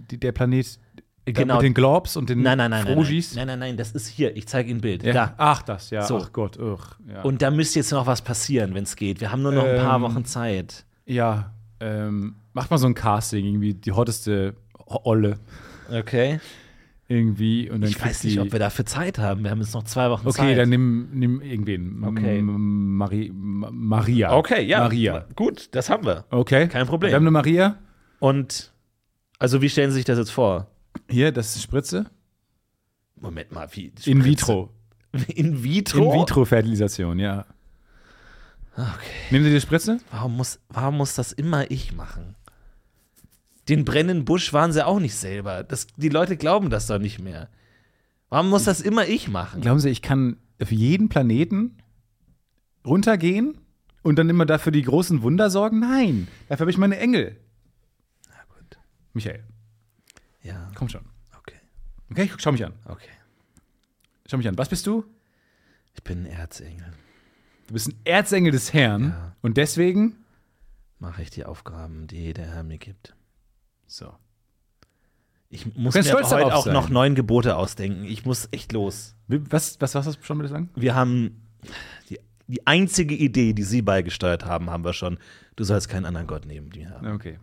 S3: die- der Planet da
S2: Genau.
S3: mit den Globs und den
S2: nein, nein, nein, nein, nein,
S3: Frogis?
S2: nein, nein, nein, das ist hier, ich zeige Ihnen ein Bild,
S3: Ja.
S2: da.
S3: Ach, das, ja.
S2: So.
S3: Ach Gott, ugh. Ja.
S2: Und da müsste jetzt noch was passieren, wenn es geht. Wir haben nur noch ein paar
S3: Ähm,
S2: Wochen Zeit.
S3: ja ähm, macht mal so ein Casting, irgendwie die hotteste O- Olle.
S2: Okay.
S3: Irgendwie. Und dann
S2: Ich weiß
S3: kriegt
S2: nicht,
S3: die,
S2: ob wir dafür Zeit haben. Wir haben jetzt noch zwei Wochen
S3: Okay,
S2: Zeit.
S3: dann nimm, nimm irgendwen. M-
S2: Okay.
S3: M- Mari Ma- Maria.
S2: Okay, ja.
S3: Maria.
S2: Gut, das haben wir.
S3: Okay.
S2: Kein Problem.
S3: Wir haben eine Maria.
S2: Und also wie stellen Sie sich das jetzt vor?
S3: Hier, das ist Spritze.
S2: Moment mal, wie?
S3: In vitro.
S2: In vitro? Ah,
S3: In vitro Fertilisation, ja.
S2: Okay.
S3: Nehmen Sie die Spritze?
S2: Warum muss, warum muss das immer ich machen? Den brennenden Busch waren sie auch nicht selber. Das, die Leute glauben das doch nicht mehr. Warum muss das immer ich machen?
S3: Glauben Sie, ich kann auf jeden Planeten runtergehen und dann immer dafür die großen Wunder sorgen? Nein, dafür habe ich meine Engel.
S2: Na gut.
S3: Michael,
S2: Ja,
S3: komm schon.
S2: okay.
S3: Okay, schau mich an.
S2: Okay.
S3: Schau mich an. Was bist du?
S2: Ich bin ein Erzengel.
S3: Du bist ein Erzengel des Herrn
S2: Ja.
S3: und deswegen.
S2: Mache ich die Aufgaben, die der Herr mir gibt.
S3: So.
S2: Ich muss
S3: kannst
S2: mir
S3: stolz
S2: heute
S3: darauf
S2: auch
S3: sein.
S2: noch neun Gebote ausdenken. Ich muss echt los.
S3: Was, was, was, was schon bitte sagen?
S2: wir haben die, die einzige Idee, die sie beigesteuert haben, haben wir schon. Du sollst keinen anderen Gott nehmen, die wir haben.
S3: Okay.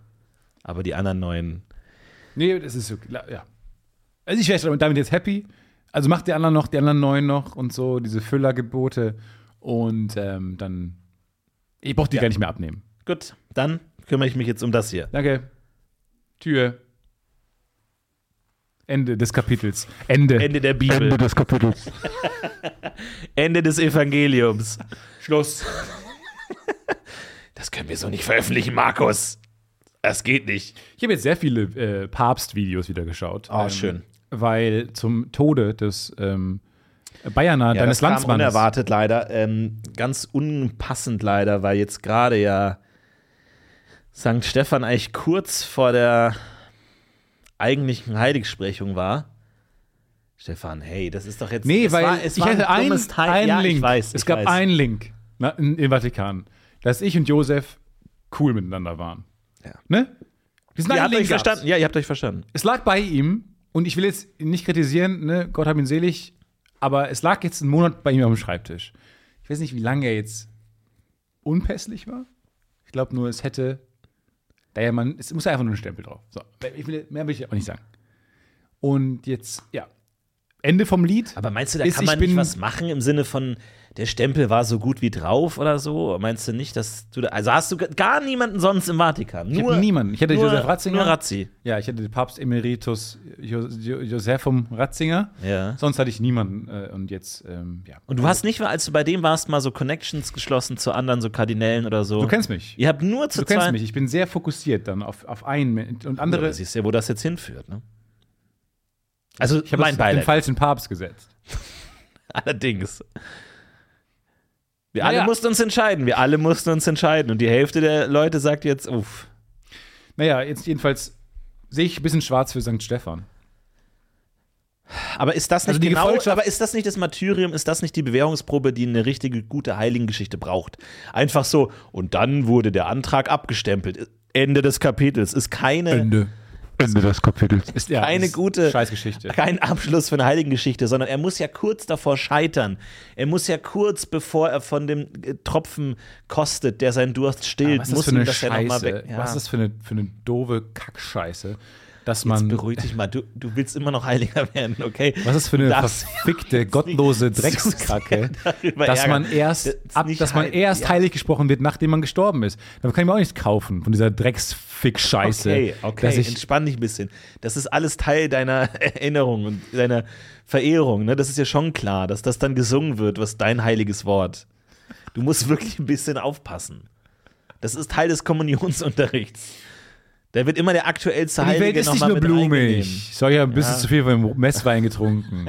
S2: Aber die anderen neuen.
S3: Nee, das ist so, ja. Also ich wäre damit jetzt happy. Also macht die anderen noch, die anderen neun noch und so, diese Füllergebote. Und ähm, dann. Ich brauche die gar nicht mehr abnehmen.
S2: Gut, dann kümmere ich mich jetzt um das hier.
S3: Danke. Tür. Ende des Kapitels. Ende.
S2: Ende der Bibel. Ende des Kapitels. Ende des Evangeliums.
S3: Schluss.
S2: Das können wir so nicht veröffentlichen, Markus. Das geht nicht.
S3: Ich habe jetzt sehr viele äh, Papst-Videos wieder geschaut. ähm,
S2: Oh, schön.
S3: Weil zum Tode des ähm, Bayerner,
S2: Ja,
S3: deines
S2: das kam
S3: Landsmannes.
S2: unerwartet leider. Ähm, ganz unpassend leider, weil jetzt gerade ja St. Stefan eigentlich kurz vor der eigentlichen Heiligsprechung war. Stefan, hey, das ist doch jetzt.
S3: Nee,
S2: es
S3: weil
S2: war, es
S3: ich
S2: war
S3: hatte
S2: ein
S3: einen
S2: dummes Teil.
S3: einen
S2: ja,
S3: Link.
S2: Ich weiß,
S3: es
S2: ich
S3: gab
S2: weiß.
S3: einen Link na, in, im Vatikan, dass ich und Josef cool miteinander waren.
S2: Ja.
S3: Ne? Diesen
S2: Ihr
S3: einen
S2: habt euch
S3: Link gab's.
S2: verstanden. Ja, ihr habt euch verstanden.
S3: Es lag bei ihm, und ich will jetzt nicht kritisieren, ne? Gott hab ihn selig, aber es lag jetzt einen Monat bei ihm am Schreibtisch. Ich weiß nicht, wie lange er jetzt unpässlich war. Ich glaube nur, es hätte. Naja, man, es muss ja einfach nur ein Stempel drauf. So, ich will, mehr will ich auch nicht sagen. Und jetzt, ja. Ende vom Lied.
S2: Aber meinst du, da
S3: Ist,
S2: kann
S3: ich
S2: man nicht
S3: bin-
S2: was machen im Sinne von, der Stempel war so gut wie drauf oder so? Meinst du nicht, dass du da. Also hast du g- gar niemanden sonst im Vatikan?
S3: Ich
S2: Nur,
S3: hätte niemanden. Ich hätte
S2: nur,
S3: Josef Ratzinger.
S2: Nur Ratzi.
S3: ja, ich hätte den Papst Emeritus jo jo Josephum Ratzinger.
S2: Ja.
S3: Sonst hatte ich niemanden. Äh, und jetzt, ähm, ja.
S2: Und du hast nicht mal, als du bei dem warst, mal so Connections geschlossen zu anderen, so Kardinälen oder so.
S3: Du kennst mich.
S2: Ihr habt nur zu
S3: Du kennst
S2: zweit-
S3: mich. Ich bin sehr fokussiert dann auf, auf einen Men- und andere.
S2: Ja, siehst ja, wo das jetzt hinführt, ne? Also,
S3: ich habe
S2: mein
S3: es auf den
S2: Beileid.
S3: falschen Papst gesetzt.
S2: Allerdings. Wir
S3: Naja.
S2: alle mussten uns entscheiden. Wir alle mussten uns entscheiden. Und die Hälfte der Leute sagt jetzt, uff.
S3: Naja, jetzt jedenfalls sehe ich ein bisschen schwarz für St. Stefan.
S2: Aber ist das nicht
S3: Also die
S2: genau,
S3: Gefolgschaft-
S2: aber ist das nicht das Martyrium, ist das nicht die Bewährungsprobe, die eine richtige gute Heiligengeschichte braucht? Einfach so, und dann wurde der Antrag abgestempelt. Ende des Kapitels ist keine
S3: Ende des Kapitels. Ist ja
S2: keine
S3: ist
S2: gute
S3: Scheißgeschichte.
S2: kein Abschluss für eine Heiligengeschichte, sondern er muss ja kurz davor scheitern. Er muss ja kurz bevor er von dem äh, Tropfen kostet, der seinen Durst stillt,
S3: Was ist das
S2: muss
S3: für eine
S2: ihm das ja nochmal
S3: Scheiße?
S2: weg. Ja.
S3: Was ist das für eine, für eine doofe Kackscheiße? dass
S2: Jetzt
S3: man.
S2: beruhig dich mal. Du, du willst immer noch heiliger werden, okay?
S3: Was ist für eine
S2: Das-
S3: verfickte, gottlose Dreckskacke,
S2: darüber
S3: dass
S2: ärgern.
S3: man erst,
S2: Das
S3: ab,
S2: nicht
S3: dass man
S2: heil-
S3: erst
S2: ja.
S3: heilig gesprochen wird, nachdem man gestorben ist. Davon kann ich mir auch nichts kaufen, von dieser Drecksfick-Scheiße.
S2: Okay, okay,
S3: Dass ich,
S2: entspann dich ein bisschen. Das ist alles Teil deiner Erinnerung und deiner Verehrung. Ne? Das ist ja schon klar, dass das dann gesungen wird, was dein heiliges Wort. Du musst wirklich ein bisschen aufpassen. Das ist Teil des Kommunionsunterrichts. Da wird immer der aktuellste
S3: die
S2: Heilige
S3: Welt ist nicht
S2: nochmal
S3: nur
S2: mit reingenehm.
S3: blumig. Ich habe ja ein bisschen zu viel von dem Messwein getrunken.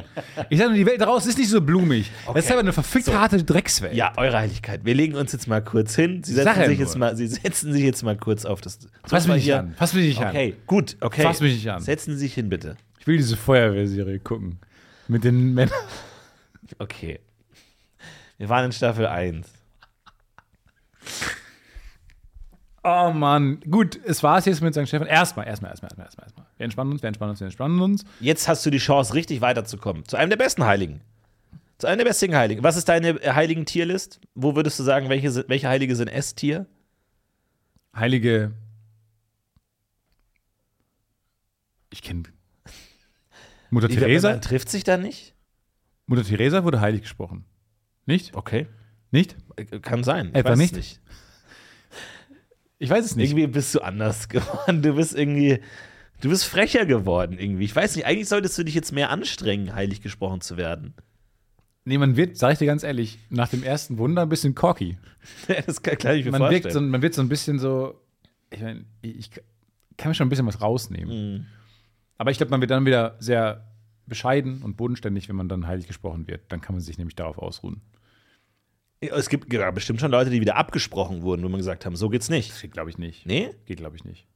S3: ich sage nur, die Welt draußen ist nicht so blumig. Das ist aber eine verfickte,
S2: So.
S3: harte Dreckswelt.
S2: Ja, Eure Heiligkeit. Wir legen uns jetzt mal kurz hin. Sie setzen,
S3: Sache
S2: sich
S3: nur.
S2: jetzt mal, Sie setzen sich jetzt mal kurz auf das.
S3: Fass
S2: Sofa
S3: mich nicht
S2: hier.
S3: an. Fass mich nicht an.
S2: Okay, gut, okay.
S3: Fass mich nicht an.
S2: Setzen Sie sich hin, bitte.
S3: Ich will diese Feuerwehrserie gucken. Mit den Männern.
S2: Okay. Wir waren in Staffel 1.
S3: Oh Mann. Gut, es war's jetzt mit St. Stefan. Erstmal, erstmal, erstmal, erstmal, erstmal. erstmal. Wir entspannen uns, wir entspannen uns, wir entspannen uns.
S2: Jetzt hast du die Chance, richtig weiterzukommen. Zu einem der besten Heiligen. Zu einem der besten Heiligen. Was ist deine äh, heiligen Tierlist? Wo würdest du sagen, welche, sind- welche Heilige sind S-Tier?
S3: Heilige. Ich kenne. Mutter
S2: Die-
S3: Teresa?
S2: Man trifft sich da nicht?
S3: Mutter Teresa wurde heilig gesprochen. Nicht?
S2: Okay.
S3: Nicht?
S2: Äh, Kann sein. Ich
S3: Etwa
S2: weiß es
S3: nicht?
S2: nicht.
S3: Ich weiß es nicht.
S2: Irgendwie bist du anders geworden. Du bist irgendwie. Du bist frecher geworden irgendwie. Ich weiß nicht, eigentlich solltest du dich jetzt mehr anstrengen, heilig gesprochen zu werden.
S3: Nee, man wird, sag ich dir ganz ehrlich, nach dem ersten Wunder ein bisschen cocky.
S2: Das kann, kann ich mir
S3: Man,
S2: vorstellen.
S3: wirkt so, man wird so ein bisschen so. Ich meine, ich ich kann mir schon ein bisschen was rausnehmen.
S2: Mhm.
S3: Aber ich glaube, man wird dann wieder sehr bescheiden und bodenständig, wenn man dann heilig gesprochen wird. Dann kann man sich nämlich darauf ausruhen.
S2: es gibt ja, bestimmt schon Leute, die wieder abgesprochen wurden, wo man gesagt haben, so geht's nicht.
S3: Das geht, glaube ich, nicht.
S2: Nee?
S3: Geht, glaube ich, nicht.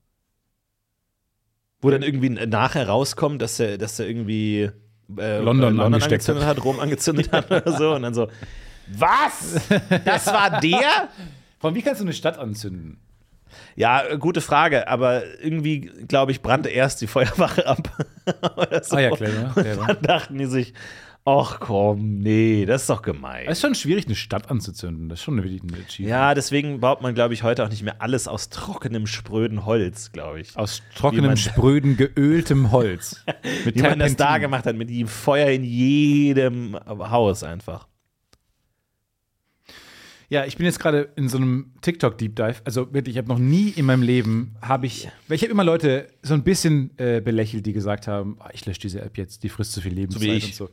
S2: Wo dann irgendwie nachher rauskommt, dass er, dass er irgendwie äh,
S3: London angesteckt
S2: angezündet hat. Rom angezündet hat oder so. Und dann so, was? Das war der?
S3: Von wie kannst du eine Stadt anzünden?
S2: Ja, äh, gute Frage, aber irgendwie, glaube ich, brannte erst die Feuerwache ab. oder so.
S3: Ah ja, clever, clever.
S2: Dann dachten die sich, ach komm, nee, das ist doch gemein.
S3: Es ist schon schwierig, eine Stadt anzuzünden. Das ist schon wirklich ein Achievement.
S2: Ja, deswegen baut man, glaube ich, heute auch nicht mehr alles aus trockenem, spröden Holz, glaube ich. Wie
S3: Aus
S2: man-
S3: trockenem, spröden, geöltem Holz. Mit
S2: Wie man das da
S3: Terpentin.
S2: gemacht hat, mit dem Feuer in jedem Haus einfach.
S3: Ja, ich bin jetzt gerade in so einem TikTok Deep Dive. Also wirklich, ich habe noch nie in meinem Leben habe ich, weil ich habe immer Leute so ein bisschen äh, belächelt, die gesagt haben, ah, ich lösche diese App jetzt, die frisst zu viel Lebenszeit
S2: wie ich.
S3: und so.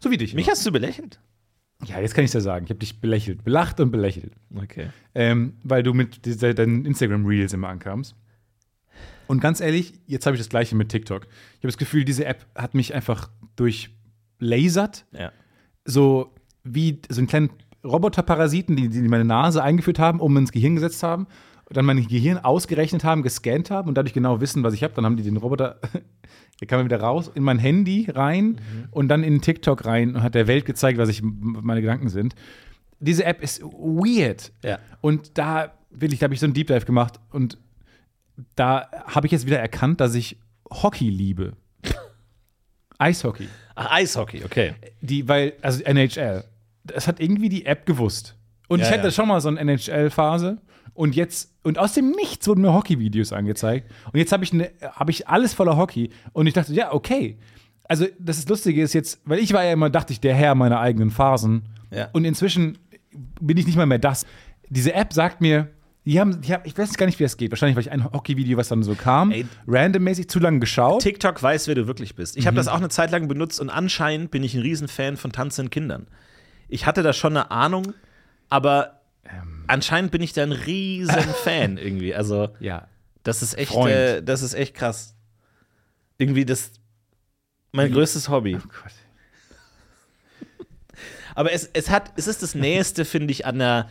S3: So wie dich.
S2: Mich hast du belächelt.
S3: ja, jetzt kann ich ja sagen, ich habe dich belächelt, belacht und belächelt,
S2: Okay.
S3: ähm, weil du mit dieser, deinen Instagram Reels immer ankamst. Und ganz ehrlich, jetzt habe ich das Gleiche mit TikTok. Ich habe das Gefühl, diese App hat mich einfach durchlasert
S2: Ja.
S3: so wie so einen kleinen Roboterparasiten, die, die meine Nase eingeführt haben, um ins Gehirn gesetzt haben, und dann mein Gehirn ausgerechnet haben, gescannt haben und dadurch genau wissen, was ich habe. Dann haben die den Roboter, der kam wieder raus, in mein Handy rein und dann in TikTok rein und hat der Welt gezeigt, was ich, meine Gedanken sind. Diese App ist weird.
S2: Ja.
S3: Und da will ich, da habe ich so einen Deep Dive gemacht und da habe ich jetzt wieder erkannt, dass ich Hockey liebe. Eishockey.
S2: Ach, Eishockey, okay.
S3: Die, weil, also NHL, das hat irgendwie die App gewusst. Und
S2: Ja,
S3: ich hatte
S2: ja.
S3: schon mal so eine NHL-Phase und jetzt, und aus dem Nichts wurden mir Hockey-Videos angezeigt. Und jetzt habe ich, ne, hab ich alles voller Hockey und ich dachte, ja, okay. Also, das ist Lustige ist jetzt, weil ich war ja immer, dachte ich, der Herr meiner eigenen Phasen.
S2: Ja.
S3: Und inzwischen bin ich nicht mal mehr das. Diese App sagt mir, die haben, die haben, ich weiß gar nicht, wie das geht. Wahrscheinlich, weil ich ein Hockey-Video, was dann so kam,
S2: Ey.
S3: randommäßig zu lange geschaut.
S2: TikTok weiß, wer du wirklich bist. Ich habe das auch eine Zeit lang benutzt und anscheinend bin ich ein Riesenfan von tanzenden Kindern. Ich hatte da schon eine Ahnung, aber anscheinend bin ich da ein Riesenfan irgendwie. Also,
S3: ja.
S2: das ist echt,
S3: Freund.
S2: äh, das ist echt krass. Irgendwie das mein größtes Hobby.
S3: Oh Gott.
S2: Aber es, es hat, es ist das Nächste, finde ich, an einer,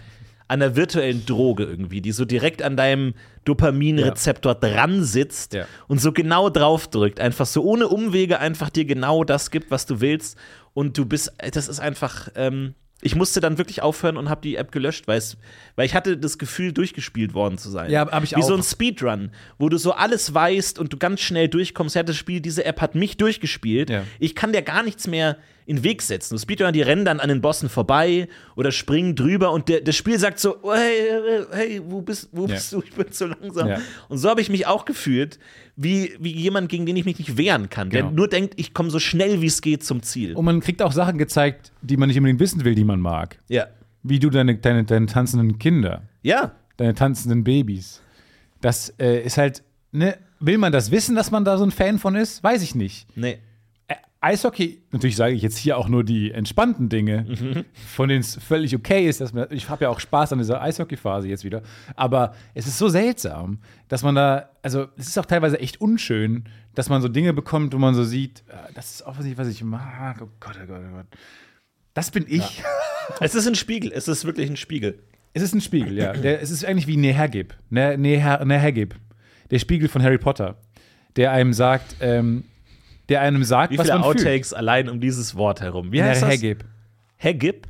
S2: an einer virtuellen Droge irgendwie, die so direkt an deinem Dopaminrezeptor dran sitzt
S3: Ja.
S2: und so genau drauf drückt. Einfach so ohne Umwege einfach dir genau das gibt, was du willst. Und du bist, äh, das ist einfach. Ähm, ich musste dann wirklich aufhören und habe die App gelöscht, weil es- weil ich hatte das Gefühl, durchgespielt worden zu sein.
S3: Ja, hab ich
S2: Wie so
S3: auch.
S2: ein Speedrun, wo du so alles weißt und du ganz schnell durchkommst. Ja, das Spiel, diese App hat mich durchgespielt.
S3: Ja.
S2: Ich kann dir gar nichts mehr in den Weg setzen. Speedrunner, die rennen dann an den Bossen vorbei oder springen drüber und der, das Spiel sagt so, oh, hey, hey, hey, wo bist, wo
S3: Ja.
S2: bist du? Ich bin zu langsam.
S3: Ja.
S2: Und so habe ich mich auch gefühlt, wie, wie jemand, gegen den ich mich nicht wehren kann, der
S3: Genau. Um
S2: nur denkt, ich komme so schnell wie es geht zum Ziel.
S3: Und man kriegt auch Sachen gezeigt, die man nicht unbedingt wissen will, die man mag.
S2: ja.
S3: Wie du deine, deine, deine tanzenden Kinder,
S2: Ja.
S3: deine tanzenden Babys. Das äh, ist halt, ne, will man das wissen, dass man da so ein Fan von ist? Weiß ich nicht.
S2: Nee.
S3: Ä- Eishockey, natürlich sage ich jetzt hier auch nur die entspannten Dinge, von denen es völlig okay ist, dass man, ich habe ja auch Spaß an dieser Eishockey-Phase jetzt wieder, aber es ist so seltsam, dass man da, also es ist auch teilweise echt unschön, dass man so Dinge bekommt, wo man so sieht, äh, das ist offensichtlich, was ich mag, oh Gott, oh Gott, oh Gott. Das bin ich.
S2: Es ist ein Spiegel. Es ist wirklich ein Spiegel.
S3: Es ist ein Spiegel, ja. Der, es ist eigentlich wie Nehergib. Ne, Neher, Nehergib. Der Spiegel von Harry Potter, der einem sagt, ähm, der einem sagt,
S2: Wie
S3: was
S2: viele
S3: man fühlt.
S2: Outtakes allein um dieses Wort herum? Wie heißt das?
S3: Nehergib.
S2: Hagib?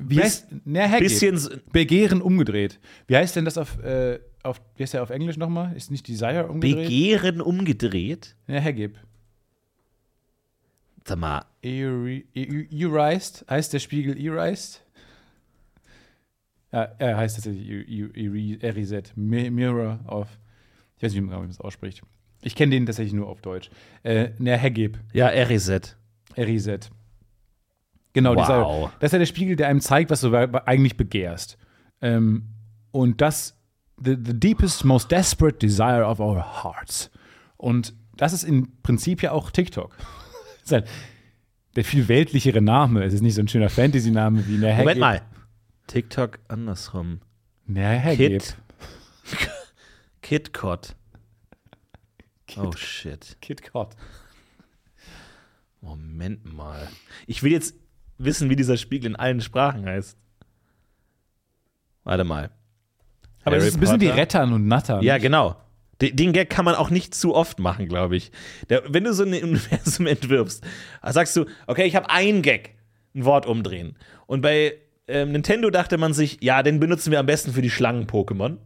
S3: Wie heißt Nehergib?
S2: Bisschen so-
S3: Begehren umgedreht. Wie heißt denn das auf, äh, auf wie heißt der auf Englisch nochmal? Ist nicht Desire umgedreht?
S2: Begehren umgedreht?
S3: Nehergib.
S2: Sag mal,
S3: Eri- E- E- Erased? Heißt der Spiegel Erased? Ja, er heißt tatsächlich E- E- Eri- Erised. Mi- Mirror of. Ich weiß nicht, wie man das ausspricht. Ich kenne den tatsächlich nur auf Deutsch. Äh, Nehergib.
S2: ja, E Erised.
S3: Reset. Genau,
S2: Wow.
S3: dieser, das ist ja der Spiegel, der einem zeigt, was du we- eigentlich begehrst. Ähm, und das, the, the deepest, most desperate desire of our hearts. Und das ist im Prinzip ja auch TikTok. ist halt der viel weltlichere Name. Es ist nicht so ein schöner Fantasy-Name wie Nerhagib.
S2: Moment mal. TikTok andersrum.
S3: Nerhagib.
S2: Kid. KitKat. Oh shit.
S3: Kid Cod.
S2: Moment mal. Ich will jetzt wissen, wie dieser Spiegel in allen Sprachen heißt. Warte mal.
S3: Aber es
S2: Harry
S3: ist ein bisschen
S2: Potter.
S3: wie Rettern und Nattern.
S2: Ja, genau. Den, den Gag kann man auch nicht zu oft machen, glaube ich. Der, wenn du so ein Universum entwirfst, sagst du, okay, ich habe einen Gag, ein Wort umdrehen. Und bei ähm, Nintendo dachte man sich, ja, den benutzen wir am besten für die Schlangen-Pokémon.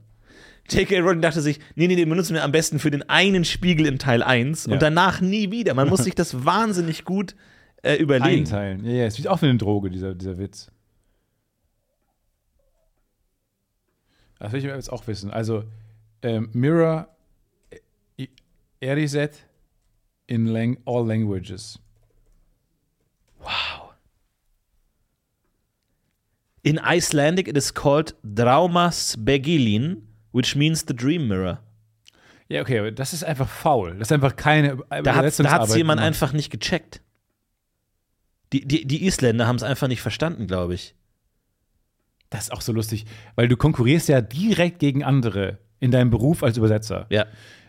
S2: J.K. Rowling dachte sich, nee, nee, den benutzen wir am besten für den einen Spiegel in Teil 1
S3: Ja.
S2: und danach nie wieder. Man muss sich das wahnsinnig gut äh, überlegen.
S3: Einteilen. Ja, ja, es ist auch eine Droge, dieser, dieser Witz. Das will ich jetzt auch wissen. Also, ähm, Mirror e- Eriset in lang all languages.
S2: In Icelandic it is called Draumas Begilin, which means the dream mirror.
S3: Ja, okay, aber das ist einfach faul. Das ist einfach keine
S2: Da hat da hat's jemand
S3: gemacht.
S2: einfach nicht gecheckt. Die, die, die Isländer haben es einfach nicht verstanden, glaube ich.
S3: Das ist auch so lustig, weil du konkurrierst ja direkt gegen andere in deinem Beruf als Übersetzer.
S2: Ja.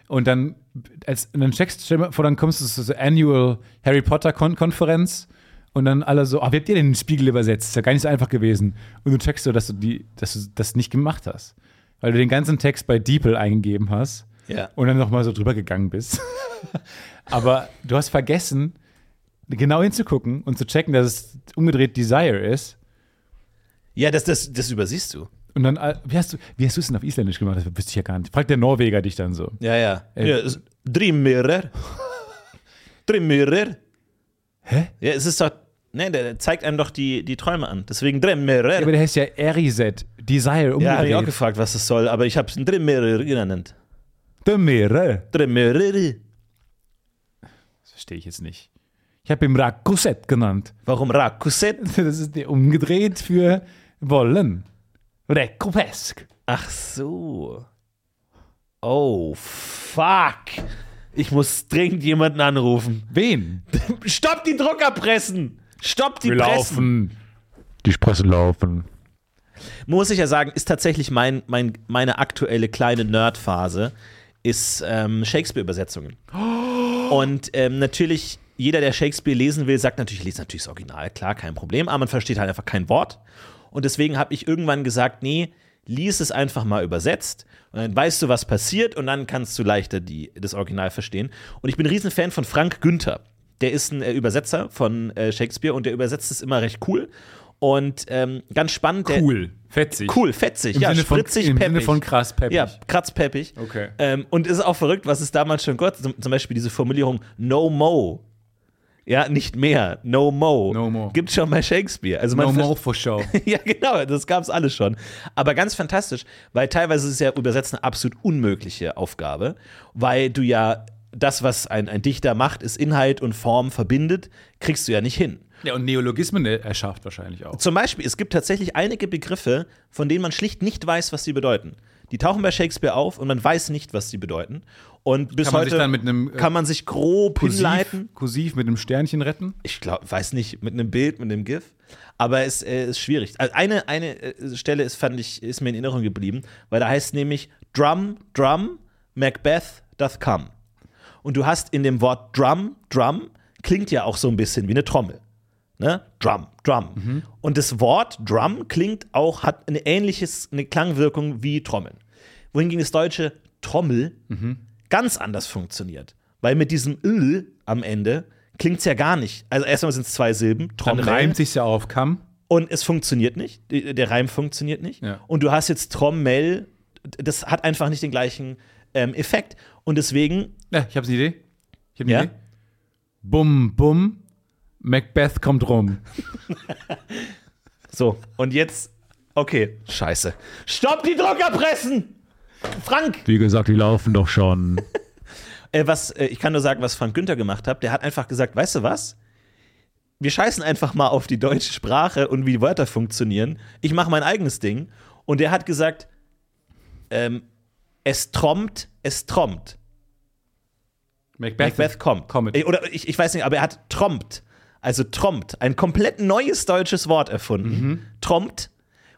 S3: Und dann, als, und dann checkst stell mal vor, dann kommst du zur Annual Harry Potter Kon Konferenz und dann alle so, ah, wie habt ihr denn den Spiegel übersetzt? Ist ja gar nicht so einfach gewesen. Und du checkst so, dass du, die, dass du das nicht gemacht hast. Weil du den ganzen Text bei DeepL eingegeben hast
S2: Ja.
S3: und dann nochmal so drüber gegangen bist. Aber du hast vergessen, genau hinzugucken und zu checken, dass es umgedreht Desire ist.
S2: Ja, das, das, das übersiehst du.
S3: Und dann, äh, wie hast du wie hast du es denn auf Isländisch gemacht? Das wüsste ich ja gar nicht. Fragt der Norweger dich dann so.
S2: Ja, ja.
S3: Ey.
S2: ja es- Dream Mirror. Dream Mirror.
S3: Hä?
S2: Ja, es ist doch. Nee, der der zeigt einem doch die, die Träume an. Deswegen Dream Mirror.
S3: Ja, aber der heißt ja Eriset, Desire
S2: ja, habe ich auch
S3: umgedreht.
S2: gefragt, was das soll, aber ich habe es Dream Mirror genannt.
S3: Der Meere.
S2: Dream Mirror.
S3: Das verstehe ich jetzt nicht. Ich habe ihn Rakuset genannt.
S2: Warum Rakuset?
S3: Das ist der umgedreht für wollen. Rekupesk.
S2: Ach so. Oh, fuck. Ich muss dringend jemanden anrufen.
S3: Wen?
S2: Stopp die Druckerpressen! Stopp die
S3: Wir
S2: Pressen!
S3: laufen. Die Spressen laufen.
S2: Muss ich ja sagen, ist tatsächlich mein, mein, meine aktuelle kleine Nerdphase, ist ähm, Shakespeare-Übersetzungen. Und ähm, natürlich, jeder, der Shakespeare lesen will, sagt natürlich, lese natürlich das Original, klar, kein Problem, aber man versteht halt einfach kein Wort. Und deswegen habe ich irgendwann gesagt, nee, lies es einfach mal übersetzt und dann weißt du, was passiert und dann kannst du leichter die, das Original verstehen. Und ich bin ein Riesenfan von Frank Günther. Der ist ein äh, Übersetzer von äh, Shakespeare und der übersetzt es immer recht cool. Und ähm, ganz spannend, der,
S3: Cool. Fetzig.
S2: Cool, fetzig,
S3: Im
S2: ja,
S3: Sinne von,
S2: spritzig,
S3: Im
S2: peppig.
S3: Sinne von krass peppig.
S2: ja, kratzpeppig.
S3: Okay.
S2: Ähm, und ist auch verrückt, was es damals schon gab. Zum, zum Beispiel diese Formulierung No Mo. Ja, nicht mehr. No mo.
S3: No mo.
S2: Gibt schon bei Shakespeare. Also man
S3: No
S2: ver-
S3: more for show.
S2: Ja, genau, das gab's alles schon. Aber ganz fantastisch, weil teilweise ist es ja übersetzen eine absolut unmögliche Aufgabe, weil du ja das, was ein, ein Dichter macht, ist Inhalt und Form verbindet, kriegst du ja nicht hin.
S3: Ja, und Neologismen äh, erschafft wahrscheinlich auch.
S2: Zum Beispiel, es gibt tatsächlich einige Begriffe, von denen man schlicht nicht weiß, was sie bedeuten. Die tauchen bei Shakespeare auf und man weiß nicht, was sie bedeuten. Und bis
S3: Kann man
S2: heute
S3: sich dann mit einem, äh,
S2: kann man sich grob hinleiten.
S3: Kursiv, Kursiv mit einem Sternchen retten.
S2: Ich glaube, weiß nicht, mit einem Bild, mit einem GIF. Aber es äh, ist schwierig. Also eine eine äh, Stelle ist, fand ich, ist mir in Erinnerung geblieben, weil da heißt nämlich Drum, Drum, Macbeth doth come. Und du hast in dem Wort Drum, Drum, klingt ja auch so ein bisschen wie eine Trommel. Ne? Drum, Drum.
S3: Mhm.
S2: Und das Wort Drum klingt auch, hat eine ähnliches, eine Klangwirkung wie Trommeln. Wohingegen das deutsche Trommel
S3: Mhm.
S2: ganz anders funktioniert. Weil mit diesem L am Ende klingt es ja gar nicht. Also erstmal sind es zwei Silben,
S3: Dann
S2: Trommel.
S3: reimt sich's ja auf Kamm.
S2: Und es funktioniert nicht. D- Der Reim funktioniert nicht.
S3: Ja.
S2: Und du hast jetzt Trommel, das hat einfach nicht den gleichen ähm, Effekt. Und deswegen,
S3: Ja, ich habe eine Idee. Ich habe eine
S2: Ja?
S3: Idee. Bum, bum, Macbeth kommt rum.
S2: so, und jetzt, okay, scheiße. Stopp die Druckerpressen! Frank!
S3: Wie gesagt, die laufen doch schon.
S2: Äh, was, äh, ich kann nur sagen, was Frank Günther gemacht hat. Der hat einfach gesagt, weißt du was? Wir scheißen einfach mal auf die deutsche Sprache und wie Wörter funktionieren. Ich mache mein eigenes Ding. Und der hat gesagt, ähm, es trommt, es trommt.
S3: Macbeth,
S2: Macbeth kommt.
S3: Comet.
S2: Äh, Oder ich, ich weiß nicht, aber er hat trompt. Also trompt. Ein komplett neues deutsches Wort erfunden.
S3: Mhm.
S2: Trompt,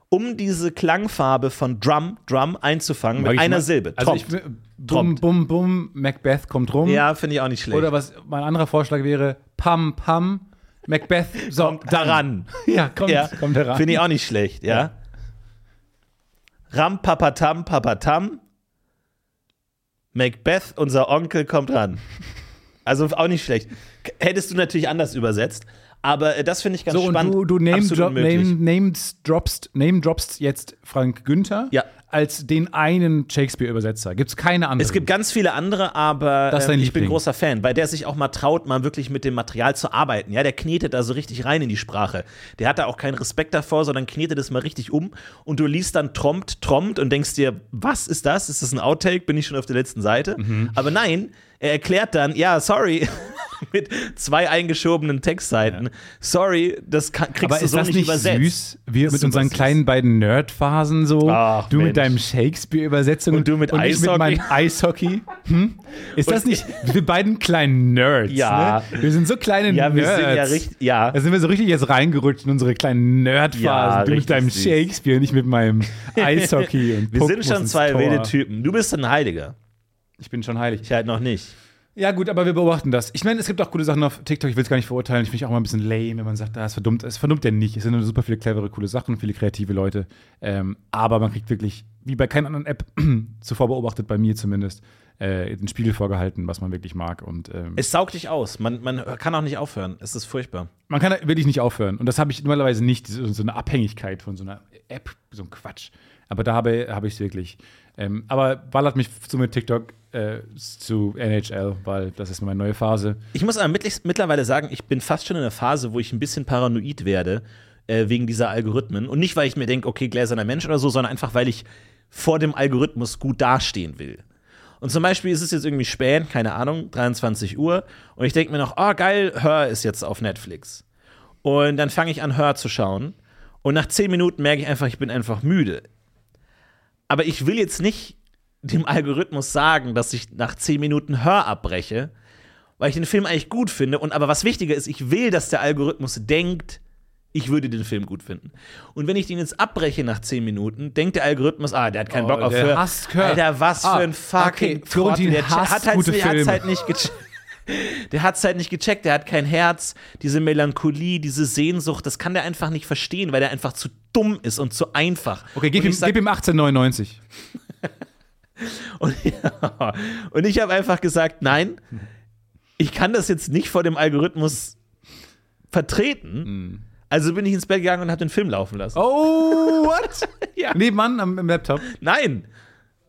S2: um diese Klangfarbe von Drum, Drum einzufangen
S3: Mag
S2: mit
S3: ich
S2: einer
S3: mal-
S2: Silbe.
S3: Also
S2: Trompt.
S3: ich, bum, bum, bum, Macbeth kommt rum.
S2: ja, finde ich auch nicht schlecht.
S3: Oder was mein anderer Vorschlag wäre, pam, pam, Macbeth so,
S2: kommt daran.
S3: Ja, kommt,
S2: Ja,
S3: kommt heran.
S2: Finde ich auch nicht schlecht, ja. Ram, papatam, papatam. Macbeth, unser Onkel, kommt ran. Also auch nicht schlecht. K- Hättest du natürlich anders übersetzt, aber äh, das finde ich ganz
S3: so, und
S2: spannend.
S3: du, du name,
S2: Absolut
S3: drop,
S2: möglich.
S3: name, names, droppst, name droppst jetzt Frank Günther
S2: Ja.
S3: als den einen Shakespeare-Übersetzer. Gibt es keine anderen.
S2: Es gibt ganz viele andere, aber
S3: Das ist dein
S2: ähm, ich bin
S3: Liebling.
S2: großer Fan, weil der sich auch mal traut, mal wirklich mit dem Material zu arbeiten. Ja, der knetet da so richtig rein in die Sprache. Der hat da auch keinen Respekt davor, sondern knetet es mal richtig um und du liest dann trompt, trompt und denkst dir, was ist das? Ist das ein Outtake? Bin ich schon auf der letzten Seite?
S3: Mhm.
S2: Aber nein, er erklärt dann, ja, sorry. mit zwei eingeschobenen Textseiten. Sorry, das kann, kriegst
S3: aber
S2: du
S3: ist
S2: so
S3: das
S2: nicht
S3: nicht
S2: übersetzt.
S3: süß? Wir mit
S2: super
S3: unseren
S2: süß.
S3: kleinen beiden Nerd-Phasen so.
S2: Ach,
S3: du
S2: Mensch.
S3: mit deinem Shakespeare-Übersetzung
S2: Und du mit
S3: und ich mit
S2: Eishockey.
S3: meinem Eishockey. Hm? Ist das nicht wir beiden kleinen Nerds?
S2: Ja.
S3: Ne? Wir sind so kleine
S2: Ja, wir
S3: Nerds.
S2: sind ja richtig. Ja.
S3: Da sind wir so richtig jetzt reingerutscht in unsere kleinen Nerd-Phasen.
S2: Ja,
S3: du
S2: richtig
S3: mit deinem
S2: süß.
S3: Shakespeare und ich mit meinem Eishockey. und
S2: Wir
S3: Puck
S2: sind
S3: muss
S2: schon
S3: ins
S2: zwei
S3: Tor.
S2: wilde Typen. Du bist ein Heiliger.
S3: Ich bin schon heilig.
S2: Ich halt noch nicht.
S3: Ja, gut, aber wir beobachten das. Ich meine, es gibt auch gute Sachen auf TikTok, ich will es gar nicht verurteilen. Ich finde auch mal ein bisschen lame, wenn man sagt, das verdummt, es verdummt ja nicht. Es sind super viele clevere, coole Sachen, viele kreative Leute. Ähm, aber man kriegt wirklich, wie bei keiner anderen App, zuvor beobachtet, bei mir zumindest, äh, den Spiegel vorgehalten, was man wirklich mag. Und ähm,
S2: Es saugt dich aus. Man, man kann auch nicht aufhören. Es ist furchtbar.
S3: man kann da wirklich nicht aufhören. Und das habe ich normalerweise nicht, so so eine Abhängigkeit von so einer App, so ein Quatsch. Aber da habe, habe ich es wirklich. Ähm, aber ballert mich zu mit TikTok äh, zu NHL, weil das ist meine neue Phase.
S2: Ich muss aber mittlich- mittlerweile sagen, ich bin fast schon in einer Phase, wo ich ein bisschen paranoid werde äh, wegen dieser Algorithmen. Und nicht, weil ich mir denke, okay, gläserner Mensch oder so, sondern einfach, weil ich vor dem Algorithmus gut dastehen will. Und zum Beispiel ist es jetzt irgendwie spät, keine Ahnung, 23 Uhr. Und ich denke mir noch, oh geil, Hör ist jetzt auf Netflix. Und dann fange ich an, Hör zu schauen. Und nach 10 Minuten merke ich einfach, ich bin einfach müde. Aber ich will jetzt nicht dem Algorithmus sagen, dass ich nach 10 Minuten Hör abbreche, weil ich den Film eigentlich gut finde. Und aber was wichtiger ist, ich will, dass der Algorithmus denkt, ich würde den Film gut finden. Und wenn ich den jetzt abbreche nach 10 Minuten, denkt der Algorithmus, ah, der hat keinen
S3: Oh,
S2: Bock auf
S3: der
S2: Hör.
S3: hasst Hör.
S2: Alter, was
S3: Ah,
S2: für ein fucking
S3: okay, Florentin
S2: Trottel. Der
S3: hasst
S2: hat halt,
S3: gute
S2: der hat's
S3: Filme.
S2: halt nicht gecheckt. Der hat's halt nicht gecheckt, der hat kein Herz, diese Melancholie, diese Sehnsucht, das kann der einfach nicht verstehen, weil der einfach zu dumm ist und zu einfach.
S3: Okay, gib
S2: und
S3: ihm,
S2: ich sag-
S3: gib ihm 1899.
S2: Und, und ich habe einfach gesagt, nein, ich kann das jetzt nicht vor dem Algorithmus vertreten.
S3: Mhm.
S2: Also bin ich ins Bett gegangen und habe den Film laufen lassen.
S3: Oh, what?
S2: Ja.
S3: Nebenan am, im Laptop.
S2: Nein,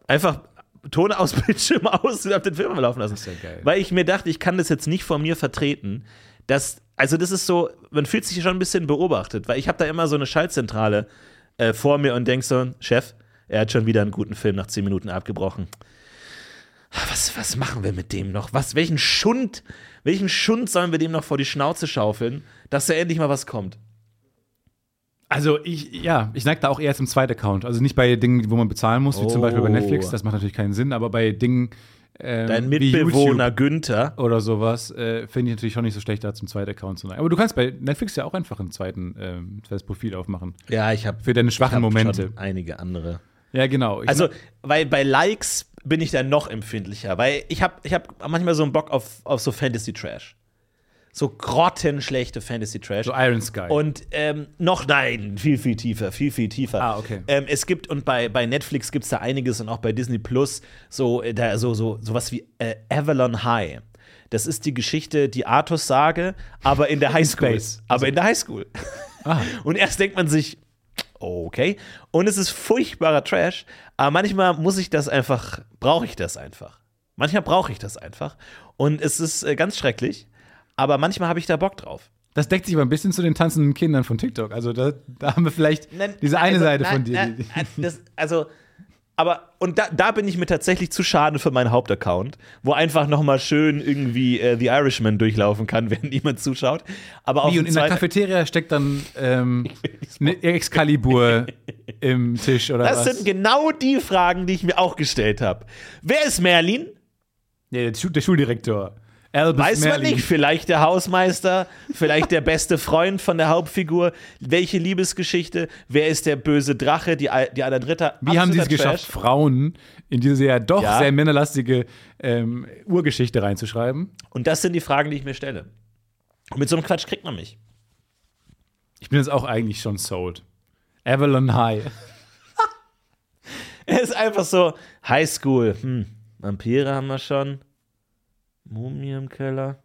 S2: einfach Ton aus Bildschirm aus und habe den Film laufen lassen.
S3: ist ja geil.
S2: Weil ich mir dachte, ich kann das jetzt nicht vor mir vertreten, dass, also das ist so, man fühlt sich schon ein bisschen beobachtet, weil ich habe da immer so eine Schaltzentrale äh, vor mir und denk so, Chef, er hat schon wieder einen guten Film nach zehn Minuten abgebrochen. Ah, Was, was machen wir mit dem noch? Was, welchen Schund, welchen Schund sollen wir dem noch vor die Schnauze schaufeln, dass da endlich mal was kommt?
S3: Also ich, ja, ich neige da auch eher zum zweiten Account. Also nicht bei Dingen, wo man bezahlen muss, wie zum
S2: Oh.
S3: Beispiel bei Netflix, das macht natürlich keinen Sinn, aber bei Dingen ähm,
S2: Dein
S3: wie
S2: Mitbewohner Günther.
S3: YouTube oder sowas, äh, finde ich natürlich schon nicht so schlecht, da zum zweiten Account zu neigen. Aber du kannst bei Netflix ja auch einfach einen zweiten, ähm, zweites Profil aufmachen.
S2: Ja, ich habe
S3: Für deine schwachen Momente.
S2: einige andere.
S3: Ja, genau. Ich
S2: Also, weil bei Likes bin ich dann noch empfindlicher, weil ich habe ich hab manchmal so einen Bock auf, auf so Fantasy-Trash. So grottenschlechte Fantasy-Trash.
S3: so Iron Sky.
S2: und ähm, noch nein, viel, viel tiefer, viel, viel tiefer.
S3: Ah, okay.
S2: Ähm, es gibt, und bei, bei Netflix gibt es da einiges und auch bei Disney Plus, so, äh, da, so, so, sowas wie äh, Avalon High. Das ist die Geschichte, die Artus-Sage, aber in der Highschool.
S3: Space. Also- Ah.
S2: Aber in der Highschool. Und erst denkt man sich, okay. Und es ist furchtbarer Trash, aber manchmal muss ich das einfach, brauche ich das einfach. Manchmal brauche ich das einfach. Und es ist äh, ganz schrecklich, aber manchmal habe ich da Bock drauf.
S3: das deckt sich aber ein bisschen zu den tanzenden Kindern von TikTok. Also da, da haben wir vielleicht
S2: Nein,
S3: diese eine
S2: also,
S3: Seite
S2: nein,
S3: von dir.
S2: nein,
S3: die-
S2: äh, das, also, aber, und da, da bin ich mir tatsächlich zu schade für meinen Hauptaccount, wo einfach nochmal schön irgendwie äh, The Irishman durchlaufen kann, wenn niemand zuschaut. Aber auf
S3: Wie,
S2: dem
S3: und in der
S2: zweiten-
S3: Cafeteria steckt dann ähm, eine Excalibur im Tisch oder
S2: Das
S3: was?
S2: sind genau die Fragen, die ich mir auch gestellt habe. Wer ist Merlin?
S3: nee, der, Schu- der Schuldirektor. Albus
S2: Weiß
S3: Merlin.
S2: man nicht, vielleicht der Hausmeister, vielleicht der beste Freund von der Hauptfigur, welche Liebesgeschichte, wer ist der böse Drache, die, Al- die Adler Dritter.
S3: Wie haben sie es
S2: Absoluter
S3: geschafft,
S2: Trash.
S3: Frauen in diese ja doch
S2: Ja.
S3: sehr männerlastige ähm, Urgeschichte reinzuschreiben?
S2: Und das sind die Fragen, die ich mir stelle. Und mit so einem Quatsch kriegt man mich.
S3: Ich bin jetzt auch eigentlich schon sold. Avalon High.
S2: Er ist einfach so, Highschool, hm, Vampire haben wir schon, Mumie im Keller.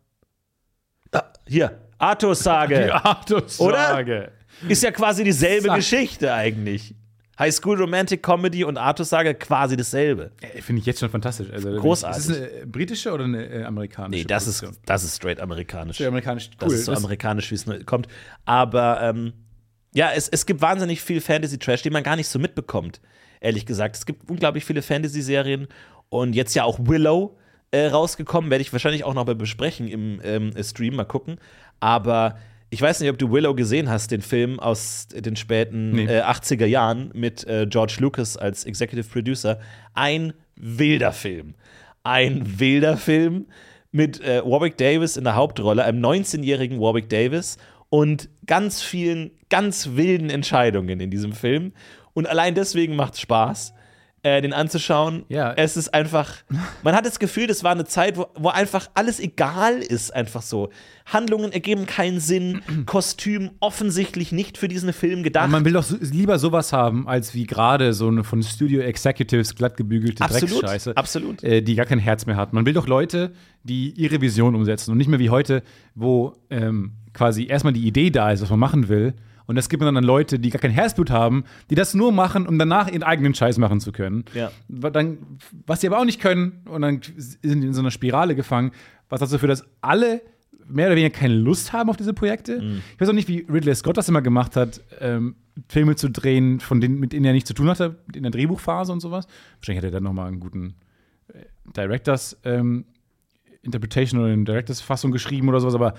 S2: Ah, hier,
S3: Die
S2: Artus-Sage.
S3: Artus-Sage.
S2: Ist ja quasi dieselbe
S3: Zack.
S2: Geschichte eigentlich. Highschool Romantic Comedy und Artus-Sage quasi dasselbe.
S3: Äh, Finde ich jetzt schon fantastisch. Also,
S2: Großartig.
S3: Ist es eine äh, britische oder eine äh, amerikanische?
S2: Nee, das ist,
S3: Produktion?
S2: das ist straight amerikanisch.
S3: Ja, amerikanisch. Cool.
S2: Das ist so amerikanisch, wie es nur kommt. Aber ähm, ja, es, es gibt wahnsinnig viel Fantasy-Trash, den man gar nicht so mitbekommt, ehrlich gesagt. Es gibt unglaublich viele Fantasy-Serien und jetzt ja auch Willow äh, rausgekommen, werde ich wahrscheinlich auch noch mal besprechen im ähm, Stream, mal gucken. Aber ich weiß nicht, ob du Willow gesehen hast, den Film aus den späten
S3: Nee.
S2: äh, 80er Jahren mit äh, George Lucas als Executive Producer. Ein wilder Film. Ein wilder Film mit äh, Warwick Davis in der Hauptrolle, einem 19-jährigen Warwick Davis und ganz vielen ganz wilden Entscheidungen in diesem Film. Und allein deswegen macht es Spaß, äh, den anzuschauen.
S3: Ja.
S2: Es ist einfach, man hat das Gefühl, das war eine Zeit, wo, wo einfach alles egal ist, einfach so. Handlungen ergeben keinen Sinn, Kostüm offensichtlich nicht für diesen Film gedacht.
S3: Und man will doch so, lieber sowas haben, als wie gerade so eine von Studio Executives glattgebügelte
S2: Absolut,
S3: Drecksscheiße.
S2: absolut.
S3: Äh, die gar kein Herz mehr hat. Man will doch Leute, die ihre Vision umsetzen und nicht mehr wie heute, wo ähm, quasi erstmal die Idee da ist, was man machen will. Und das gibt man dann an Leute, die gar kein Herzblut haben, die das nur machen, um danach ihren eigenen Scheiß machen zu können.
S2: Ja.
S3: Wa- Dann, was sie aber auch nicht können und dann sind die in so einer Spirale gefangen, was dazu führt, dass alle mehr oder weniger keine Lust haben auf diese Projekte. Ich weiß auch nicht, wie Ridley Scott das immer gemacht hat, ähm, Filme zu drehen, von denen, mit denen er nichts zu tun hatte, in der Drehbuchphase und sowas. Wahrscheinlich hat er dann nochmal einen guten Directors ähm, Interpretation oder in Directors Fassung geschrieben oder sowas, aber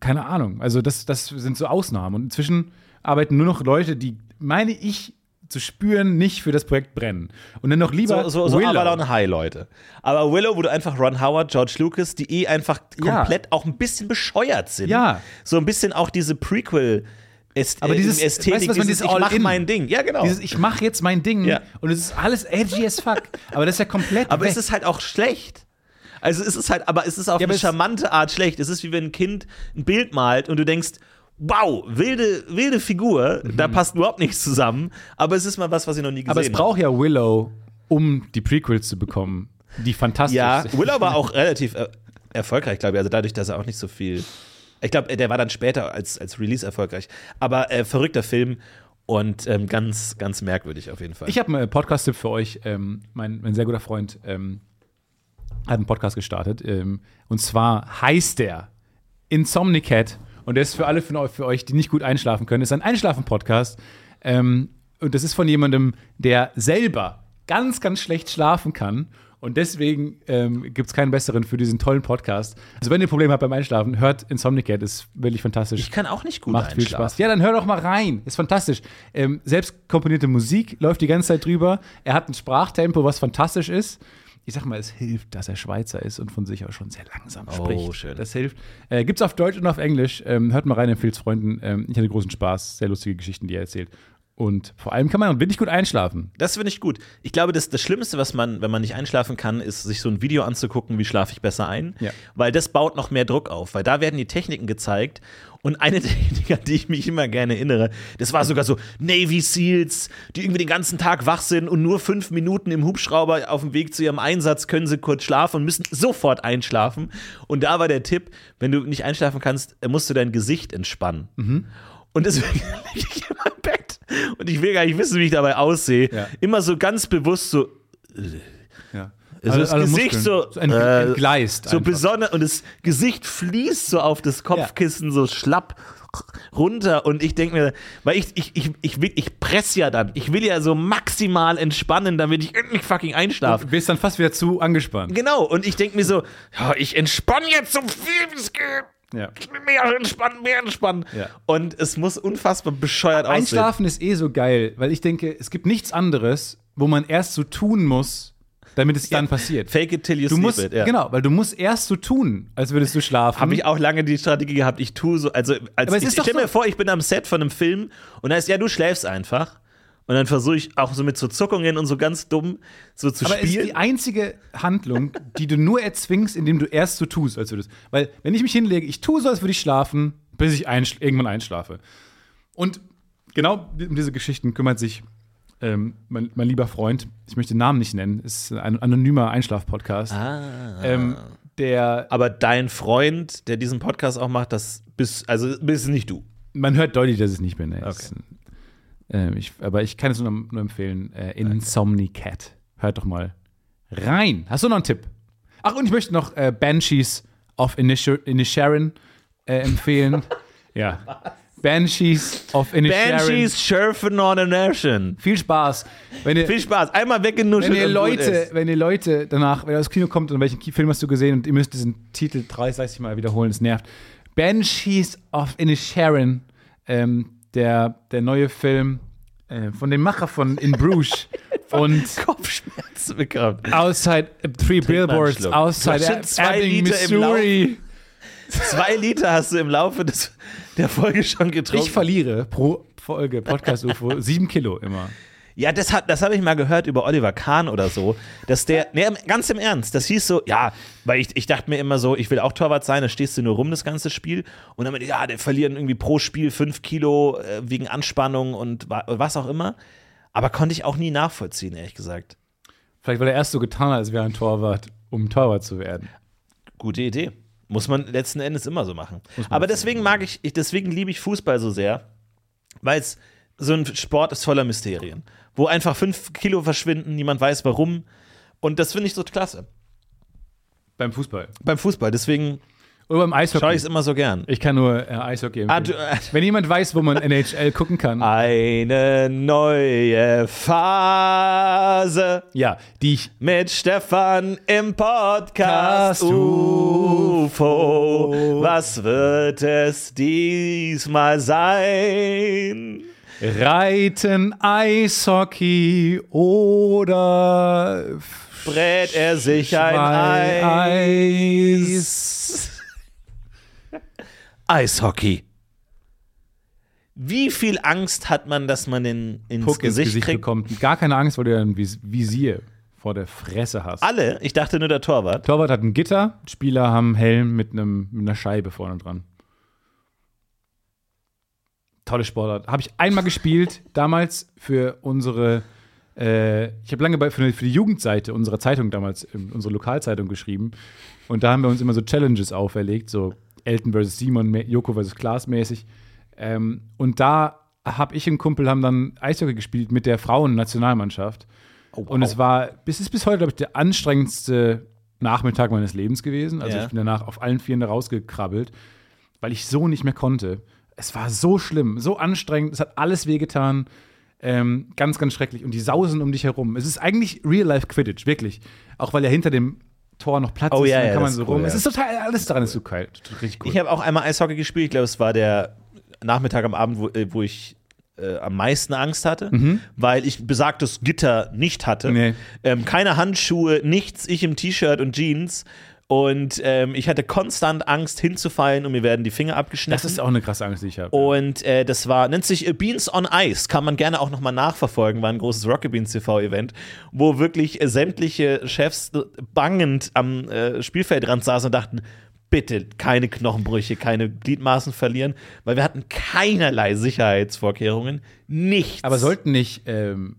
S3: keine Ahnung. Also das, das sind so Ausnahmen. Und inzwischen arbeiten nur noch Leute, die, meine ich, zu spüren, nicht für das Projekt brennen. Und dann noch lieber
S2: so, so, so
S3: Willow.
S2: Avalon High, Leute. Aber Willow, wo du einfach Ron Howard, George Lucas, die eh einfach
S3: Ja.
S2: komplett auch ein bisschen bescheuert sind.
S3: Ja.
S2: So ein bisschen auch diese Prequel- Äst
S3: Aber dieses-
S2: Ästhetik,
S3: weißt du, was man
S2: dieses,
S3: dieses
S2: ich mach
S3: All-In-
S2: mein Ding. Ja, genau.
S3: Dieses, ich mache jetzt mein Ding
S2: Ja.
S3: und es ist alles edgy as fuck. Aber das ist ja komplett.
S2: Aber
S3: weg.
S2: es ist halt auch schlecht. Also es ist halt, aber es ist auf
S3: Ja, aber
S2: eine
S3: es-
S2: charmante Art schlecht. Es ist wie wenn ein Kind ein Bild malt und du denkst, wow, wilde, wilde Figur, da passt überhaupt nichts zusammen. Aber es ist mal was, was ich noch nie gesehen
S3: Mhm. aber es
S2: habe.
S3: braucht ja Willow, um die Prequels zu bekommen, die fantastisch
S2: Ja,
S3: sind.
S2: Willow war auch relativ äh, erfolgreich, glaube ich. Also dadurch, dass er auch nicht so viel. Ich glaube, der war dann später als, als Release erfolgreich. Aber äh, verrückter Film und ähm, ganz, ganz merkwürdig auf jeden Fall.
S3: Ich habe einen äh, Podcast-Tipp für euch. Ähm, mein, mein sehr guter Freund ähm, hat einen Podcast gestartet. Ähm, und zwar heißt der Insomnicat. Und der ist für alle von eu- für euch, die nicht gut einschlafen können. Das ist ein Einschlafen-Podcast. Ähm, und das ist von jemandem, der selber ganz, ganz schlecht schlafen kann. Und deswegen ähm, gibt es keinen besseren für diesen tollen Podcast. Also, wenn ihr Probleme habt beim Einschlafen, hört Insomnicat. Ist wirklich fantastisch.
S2: Ich kann auch nicht gut
S3: Macht viel Spaß. Ja, dann hör doch mal rein. Ist fantastisch. Ähm, selbst komponierte Musik läuft die ganze Zeit drüber. Er hat ein Sprachtempo, was fantastisch ist. Ich sag mal, es hilft, dass er Schweizer ist und von sich aus schon sehr langsam spricht.
S2: Oh, schön.
S3: Das hilft. Äh, gibt's auf Deutsch und auf Englisch. Ähm, hört mal rein, empfehlt Freunden. Ähm, ich hatte großen Spaß. Sehr lustige Geschichten, die er erzählt. Und vor allem kann man wirklich gut einschlafen.
S2: Das finde ich gut. Ich glaube, das, das Schlimmste, was man, wenn man nicht einschlafen kann, ist, sich so ein Video anzugucken, wie schlafe ich besser ein.
S3: Ja.
S2: Weil das baut noch mehr Druck auf, weil da werden die Techniken gezeigt. Und eine Technik, an die ich mich immer gerne erinnere, das war sogar so Navy Seals, die irgendwie den ganzen Tag wach sind und nur fünf Minuten im Hubschrauber auf dem Weg zu ihrem Einsatz können sie kurz schlafen und müssen sofort einschlafen. Und da war der Tipp, wenn du nicht einschlafen kannst, musst du dein Gesicht entspannen. Und deswegen liege ich in meinem Bett. Und ich will gar nicht wissen, wie ich dabei aussehe.
S3: Ja.
S2: Immer so ganz bewusst so,
S3: Ja.
S2: so das Gesicht so,
S3: so ent
S2: äh,
S3: entgleist.
S2: so
S3: einfach.
S2: besonders. Und das Gesicht fließt so auf das Kopfkissen so schlapp runter. Und ich denke mir, weil ich, ich, ich, ich, will, ich presse ja dann. Ich will ja so maximal entspannen, damit ich endlich fucking einschlafe.
S3: Du bist dann fast wieder zu angespannt.
S2: Genau, und ich denke mir so, ja, ich entspanne jetzt so viel, wie es geht.
S3: Ja.
S2: Mehr entspannen, mehr entspannen.
S3: Ja.
S2: Und es muss unfassbar bescheuert aussehen.
S3: Einschlafen ist eh so geil, weil ich denke, es gibt nichts anderes, wo man erst so tun muss, damit es dann passiert.
S2: Fake it till you
S3: Du
S2: sleep
S3: musst,
S2: it. Ja.
S3: genau, weil du musst erst so tun, als würdest du schlafen.
S2: Habe ich auch lange die Strategie gehabt, ich tue so, also als
S3: Aber es
S2: ich,
S3: ist
S2: ich
S3: doch
S2: stell mir
S3: so-
S2: vor, ich bin am Set von einem Film und da ist, ja, du schläfst einfach. Und dann versuche ich auch so mit so Zuckungen und so ganz dumm so zu
S3: aber es ist
S2: spielen.
S3: die einzige Handlung, die du nur erzwingst, indem du erst so tust, als würdest. Weil, wenn ich mich hinlege, ich tue so, als würde ich schlafen, bis ich einsch irgendwann einschlafe. Und genau um diese Geschichten kümmert sich ähm, mein, mein lieber Freund, ich möchte den Namen nicht nennen, ist ein anonymer Einschlaf-Podcast.
S2: Ah.
S3: Ähm, der
S2: aber dein Freund, der diesen Podcast auch macht, das bist, also bist nicht du.
S3: Man hört deutlich, dass ich es nicht bin. Okay. ähm, ich, aber ich kann es nur, nur empfehlen. Äh, Insomnicat. Hört doch mal rein. Hast du noch einen Tipp? Ach, und ich möchte noch äh, Banshees of Inisher- Inisherin äh, empfehlen. ja. Banshees of Inisherin.
S2: Banshees surfen on an ocean.
S3: Viel Spaß. Wenn ihr,
S2: Viel Spaß, einmal weggenuschelt.
S3: wenn ihr
S2: und gut
S3: Leute,
S2: ist.
S3: wenn ihr Leute danach, wenn ihr aus Kino kommt und welchen Ki- Film hast du gesehen und ihr müsst diesen Titel 30, 60 Mal wiederholen, es nervt. Banshees of Inisherin, ähm, der, der neue Film äh, von dem Macher von In Bruges und
S2: Kopfschmerzen bekommen.
S3: Outside Three
S2: einen
S3: Billboards
S2: Schluck.
S3: Outside
S2: Das sind zwei
S3: Ebbing,
S2: Liter im
S3: Missouri.
S2: Zwei Liter hast du im Laufe des, der Folge schon getrunken.
S3: Ich verliere pro Folge Podcast UFO sieben Kilo immer.
S2: Ja, das, hat- das habe ich mal gehört über Oliver Kahn oder so, dass der, nee, im- ganz im Ernst, das hieß so, ja, weil ich, ich dachte mir immer so, ich will auch Torwart sein, da stehst du nur rum das ganze Spiel und dann, meinte ich, ja, der verlieren irgendwie pro Spiel fünf Kilo äh, wegen Anspannung und wa- was auch immer, aber konnte ich auch nie nachvollziehen, ehrlich gesagt.
S3: Vielleicht weil er erst so getan hat, als wäre er ein Torwart, um Torwart zu werden.
S2: Gute Idee. Muss man letzten Endes immer so machen. Aber deswegen mag ich, ich, deswegen liebe ich Fußball so sehr, weil es so ein Sport ist voller Mysterien, wo einfach fünf Kilo verschwinden, niemand weiß warum. Und das finde ich so klasse.
S3: Beim Fußball.
S2: Beim Fußball, deswegen
S3: Oder beim Eishockey.
S2: schaue ich es immer so gern.
S3: Ich kann nur äh, Eishockey empfehlen.
S2: Ah, du- äh.
S3: Wenn jemand weiß, wo man NHL gucken kann,
S2: Eine neue Phase
S3: ja, die ich
S2: mit Stefan im Podcast
S3: Cast
S2: UFO. Was wird es diesmal sein?
S3: Reiten, Eishockey oder
S2: Brät er sich ein Ei.
S3: Eis.
S2: Eishockey. Wie viel Angst hat man, dass man den ins
S3: Puck ins
S2: Gesicht,
S3: Gesicht
S2: kriegt?
S3: bekommt. Gar keine Angst, weil du ja ein Vis Visier vor der Fresse hast.
S2: Alle, ich dachte nur der Torwart.
S3: Torwart hat ein Gitter, Spieler haben einen Helm mit, einem, mit einer Scheibe vorne dran. Tolle Sportart. Habe ich einmal gespielt, damals für unsere. Äh, ich habe lange bei, für, für die Jugendseite unserer Zeitung damals, ähm, unsere Lokalzeitung geschrieben. Und da haben wir uns immer so Challenges auferlegt, so Elton vs. Simon, mä- Joko vs. Klaas mäßig. Ähm, und da habe ich und ein Kumpel haben dann Eishockey gespielt mit der Frauen-Nationalmannschaft. Und es war, es ist bis heute, glaube ich, der anstrengendste Nachmittag meines Lebens gewesen. Also
S2: Ja.
S3: ich bin danach auf allen Vieren da rausgekrabbelt. weil ich so nicht mehr konnte. Es war so schlimm, so anstrengend, es hat alles wehgetan. Ähm, ganz, ganz schrecklich. Und die sausen um dich herum. Es ist eigentlich Real-Life-Quidditch, wirklich. Auch weil ja hinter dem Tor noch Platz
S2: Oh,
S3: ist,
S2: ja,
S3: und dann
S2: ja,
S3: kann man
S2: das
S3: so
S2: ist
S3: rum.
S2: cool, ja.
S3: Es ist total, alles daran ist so geil. Richtig cool.
S2: Ich habe auch einmal Eishockey gespielt. Ich glaube, es war der Nachmittag am Abend, wo, äh, wo ich äh, am meisten Angst hatte, weil ich besagtes Gitter nicht hatte.
S3: Mhm. Nee.
S2: Ähm, keine Handschuhe, nichts, ich im T-Shirt und Jeans. Und ähm, ich hatte konstant Angst, hinzufallen und mir werden die Finger abgeschnitten.
S3: das ist auch eine krasse Angst, die ich habe.
S2: Und äh, das war, nennt sich äh, Beans on Ice, kann man gerne auch nochmal nachverfolgen, war ein großes Rocket Beans TV-Event, wo wirklich äh, sämtliche Chefs äh, bangend am äh, Spielfeldrand saßen und dachten, bitte keine Knochenbrüche, keine Gliedmaßen verlieren, weil wir hatten keinerlei Sicherheitsvorkehrungen, nichts.
S3: Aber sollten nicht ähm,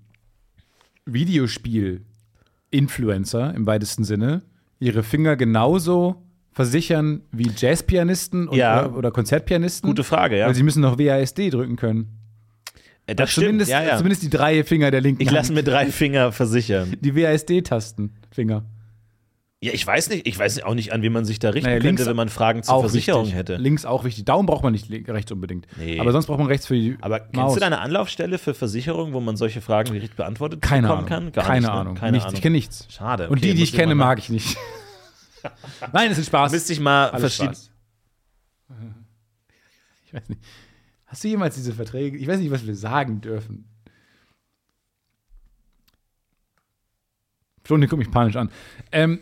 S3: Videospiel-Influencer im weitesten Sinne ihre Finger genauso versichern wie Jazzpianisten und,
S2: Ja.
S3: oder, oder Konzertpianisten?
S2: Gute Frage, ja.
S3: Weil sie müssen noch WASD drücken können.
S2: Äh, das stimmt,
S3: Zumindest,
S2: ja, ja.
S3: zumindest die drei Finger der linken
S2: ich lasse
S3: Hand.
S2: mir drei Finger versichern.
S3: Die WASD-Tasten, Finger.
S2: Ja, ich weiß nicht, ich weiß auch nicht, an wen man sich da richten
S3: Naja,
S2: könnte,
S3: links
S2: wenn man Fragen zur Versicherung
S3: wichtig.
S2: hätte.
S3: Links auch wichtig. Daumen braucht man nicht link- rechts unbedingt.
S2: Nee.
S3: Aber sonst braucht man rechts für die
S2: Aber kennst
S3: Maus.
S2: du da eine Anlaufstelle für Versicherungen, wo man solche Fragen direkt beantwortet
S3: Keine
S2: bekommen
S3: Ahnung.
S2: kann?
S3: keine
S2: ne?
S3: Ahnung.
S2: Keine
S3: nichts.
S2: Ahnung.
S3: Ich kenne nichts.
S2: Schade.
S3: Und
S2: okay,
S3: die, die
S2: muss
S3: ich kenne,
S2: mal-
S3: mag ich nicht. Nein, es ist Spaß.
S2: Müsste ich mal
S3: Alles
S2: verschieden.
S3: Spaß. Ich weiß nicht. Hast du jemals diese Verträge? Ich weiß nicht, was wir sagen dürfen. Florian guckt mich panisch an. Ähm,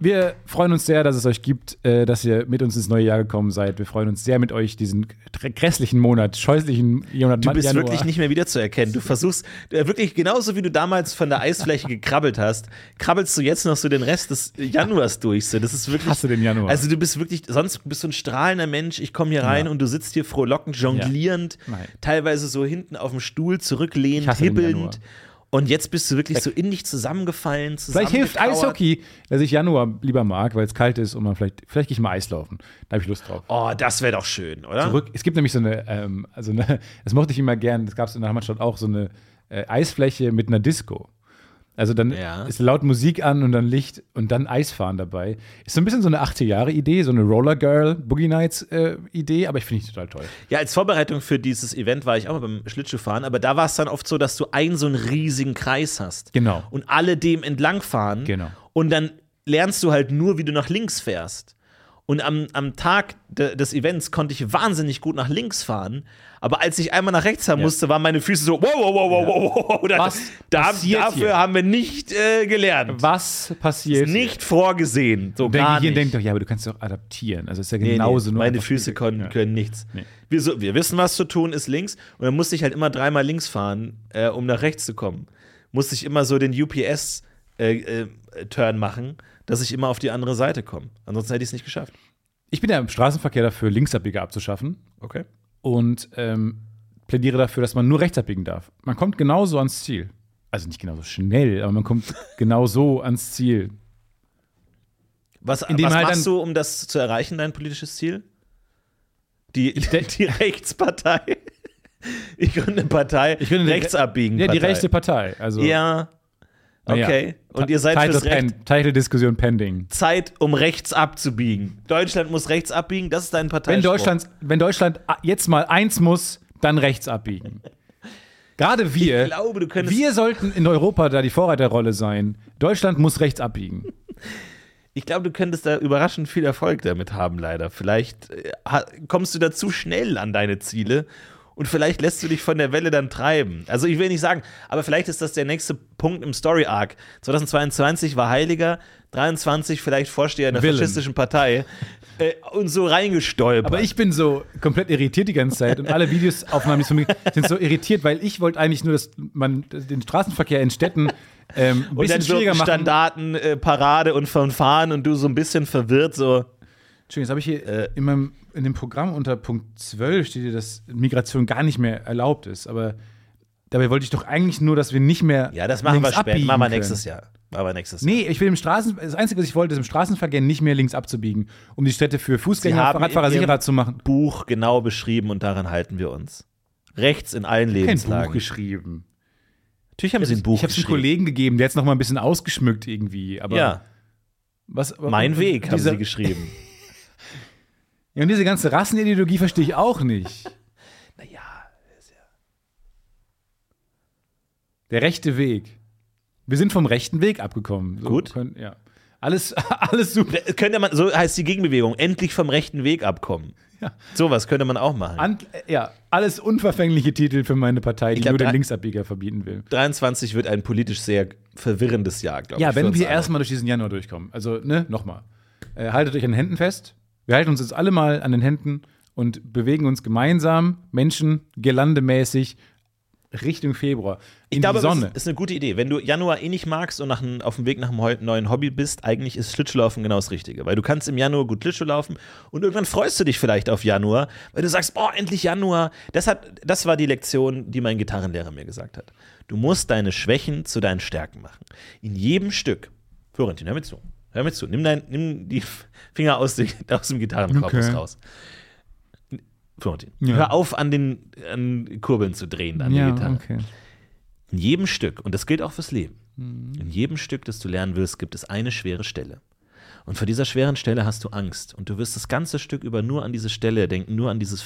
S3: wir freuen uns sehr, dass es euch gibt, äh, dass ihr mit uns ins neue Jahr gekommen seid. Wir freuen uns sehr mit euch diesen gr- grässlichen Monat, scheußlichen Monat.
S2: Du bist wirklich nicht mehr wiederzuerkennen. Du versuchst äh, wirklich genauso wie du damals von der Eisfläche gekrabbelt hast, krabbelst du jetzt noch so den Rest des Januars durch. So, das ist wirklich.
S3: Hasse den Januar.
S2: Also du bist wirklich, sonst bist du ein strahlender Mensch. Ich komme hier rein und du sitzt hier frohlockend, jonglierend,
S3: Nein.
S2: teilweise so hinten auf dem Stuhl
S3: Ich
S2: zurücklehnend,
S3: hasse den Januar.
S2: hibbelnd. Und jetzt bist du wirklich so in dich zusammengefallen,
S3: Vielleicht hilft
S2: zusammengekauert.
S3: Eishockey, dass ich Januar lieber mag, weil es kalt ist und man vielleicht, vielleicht gehe ich mal Eislaufen. Da habe ich Lust drauf.
S2: Oh, das wäre doch schön, oder?
S3: zurück. Es gibt nämlich so eine, ähm, also eine, das mochte ich immer gern, das gab es in der Heimatstadt auch, so eine äh, Eisfläche mit einer Disco. Also dann
S2: Ja.
S3: ist laut Musik an und dann Licht und dann Eisfahren dabei. Ist so ein bisschen so eine 80-Jahre-Idee, so eine Roller Girl, Boogie Nights-Idee, aber ich finde die total toll.
S2: Ja, als Vorbereitung für dieses Event war ich auch mal beim Schlittschuhfahren, aber da war es dann oft so, dass du einen so einen riesigen Kreis hast.
S3: Genau.
S2: Und alle dem entlangfahren.
S3: Genau.
S2: Und dann lernst du halt nur, wie du nach links fährst. Und am, am Tag de, des Events konnte ich wahnsinnig gut nach links fahren, aber als ich einmal nach rechts fahren musste, waren meine Füße so, wow, wow, wow, wow, wow, wow. Da,
S3: Was
S2: da,
S3: passiert
S2: dafür
S3: hier?
S2: haben wir nicht äh, gelernt.
S3: Was passiert?
S2: Nicht vorgesehen. So
S3: Denke
S2: gar
S3: ich hier
S2: nicht.
S3: und denke doch, ja, aber du kannst doch adaptieren. Also ist ja
S2: Nee, nee,
S3: genauso nur.
S2: meine
S3: einfach-
S2: Füße können,
S3: Ja.
S2: können nichts.
S3: Nee.
S2: Wir, so, wir wissen, was zu tun ist links. Und dann musste ich halt immer dreimal links fahren, äh, um nach rechts zu kommen. Musste ich immer so den UPS-Turn äh, Turn machen, dass ich immer auf die andere Seite komme. Ansonsten hätte ich es nicht geschafft.
S3: Ich bin ja im Straßenverkehr dafür, Linksabbieger abzuschaffen.
S2: Okay.
S3: und ähm, plädiere dafür, dass man nur rechts abbiegen darf. Man kommt genauso ans Ziel. Also nicht genauso schnell, aber man kommt genauso ans Ziel.
S2: Was, was
S3: Indem halt
S2: machst
S3: dann-
S2: du, um das zu erreichen, dein politisches Ziel? Die,
S3: de-
S2: die Rechtspartei. Ich gründe eine Partei. Ich
S3: gründe eine
S2: rechts
S3: Re-
S2: abbiegen.
S3: Ja, die
S2: Partei.
S3: rechte Partei. Also,
S2: Ja.
S3: naja.
S2: Okay. Und ihr seid
S3: Title
S2: fürs Recht.
S3: pen- Title-Diskussion pending.
S2: Zeit, um rechts abzubiegen. Deutschland muss rechts abbiegen, das ist dein Partei.
S3: Wenn Deutschland, wenn Deutschland a- jetzt mal eins muss, dann rechts abbiegen. Gerade wir,
S2: Ich glaube, du könntest-
S3: wir sollten in Europa da die Vorreiterrolle sein. Deutschland muss rechts abbiegen.
S2: Ich glaube, du könntest da überraschend viel Erfolg damit haben, leider. Vielleicht äh, ha- kommst du da zu schnell an deine Ziele und vielleicht lässt du dich von der Welle dann treiben. Also, ich will nicht sagen, aber vielleicht ist das der nächste Punkt im Story Arc. 2022 war Heiliger, 23 vielleicht Vorsteher einer
S3: Willen.
S2: faschistischen Partei äh, und so reingestolpert.
S3: Aber ich bin so komplett irritiert die ganze Zeit und alle Videosaufnahmen die es von mir gibt, sind so irritiert, weil ich wollte eigentlich nur, dass man den Straßenverkehr in Städten ähm,
S2: und
S3: ein bisschen
S2: dann so
S3: schwieriger machen.
S2: Standarten, äh, Parade und Fanfaren und du so ein bisschen verwirrt, so.
S3: Entschuldigung, jetzt habe ich hier
S2: Äh.
S3: in, meinem, in dem Programm unter Punkt 12 steht hier, dass Migration gar nicht mehr erlaubt ist. Aber dabei wollte ich doch eigentlich nur, dass wir nicht mehr.
S2: Ja, das machen
S3: links
S2: wir später.
S3: abbiegen
S2: Machen wir
S3: können.
S2: nächstes Jahr. Machen wir nächstes Jahr.
S3: Nee, ich will im Straßen das Einzige, was ich wollte, ist im Straßenverkehr nicht mehr links abzubiegen, um die Städte für
S2: Sie
S3: Fußgänger,
S2: haben
S3: Fahrradfahrer
S2: in ihrem
S3: sicherer zu machen.
S2: Buch genau beschrieben und daran halten wir uns. Rechts in allen
S3: Kein Buch
S2: Lebenslagen.
S3: geschrieben.
S2: Natürlich haben sie ein Buch
S3: ich habe es einem
S2: geschrieben.
S3: Kollegen gegeben, der hat es noch mal ein bisschen ausgeschmückt irgendwie. Aber
S2: Ja,
S3: was?
S2: mein Weg haben
S3: dieser-
S2: sie geschrieben.
S3: Ja, und diese ganze Rassenideologie verstehe ich auch nicht.
S2: Naja, ist ja-
S3: Der rechte Weg. Wir sind vom rechten Weg abgekommen. So
S2: Gut.
S3: Können, ja. Alles, alles super.
S2: Da könnte man, so heißt die Gegenbewegung, endlich vom rechten Weg abkommen.
S3: Ja.
S2: Sowas könnte man auch machen.
S3: An, äh, ja, alles unverfängliche Titel für meine Partei, die
S2: glaub,
S3: nur den
S2: da-
S3: Linksabbieger verbieten will.
S2: 23 wird ein politisch sehr verwirrendes Jahr, glaube
S3: Ja,
S2: ich.
S3: wenn
S2: für uns
S3: wir
S2: alle.
S3: erstmal durch diesen Januar durchkommen. Also, ne, nochmal. Äh, haltet euch an den Händen fest. Wir halten uns jetzt alle mal an den Händen und bewegen uns gemeinsam, Menschen, gelandemäßig, Richtung Februar. In
S2: Ich glaube,
S3: die Sonne.
S2: Das ist eine gute Idee. Wenn du Januar eh nicht magst und nach, n- auf dem Weg nach einem heu- neuen Hobby bist, eigentlich ist Schlittschuhlaufen genau das Richtige. Weil du kannst im Januar gut Schlittschuh laufen und irgendwann freust du dich vielleicht auf Januar, weil du sagst, boah, endlich Januar. Das, hat, das war die Lektion, die mein Gitarrenlehrer mir gesagt hat. Du musst deine Schwächen zu deinen Stärken machen. In jedem Stück. Florentin, hör mir zu. Hör mir zu. Nimm, dein, nimm die Finger aus, dem- aus dem Gitarrenkorpus
S3: Okay.
S2: raus. Florentin,
S3: Ja.
S2: hör auf, an den an Kurbeln zu drehen an der Gitarre. In jedem Stück, und das gilt auch fürs Leben,
S3: Mhm.
S2: in jedem Stück, das du lernen willst, gibt es eine schwere Stelle. Und vor dieser schweren Stelle hast du Angst. Und du wirst das ganze Stück über nur an diese Stelle denken, nur an dieses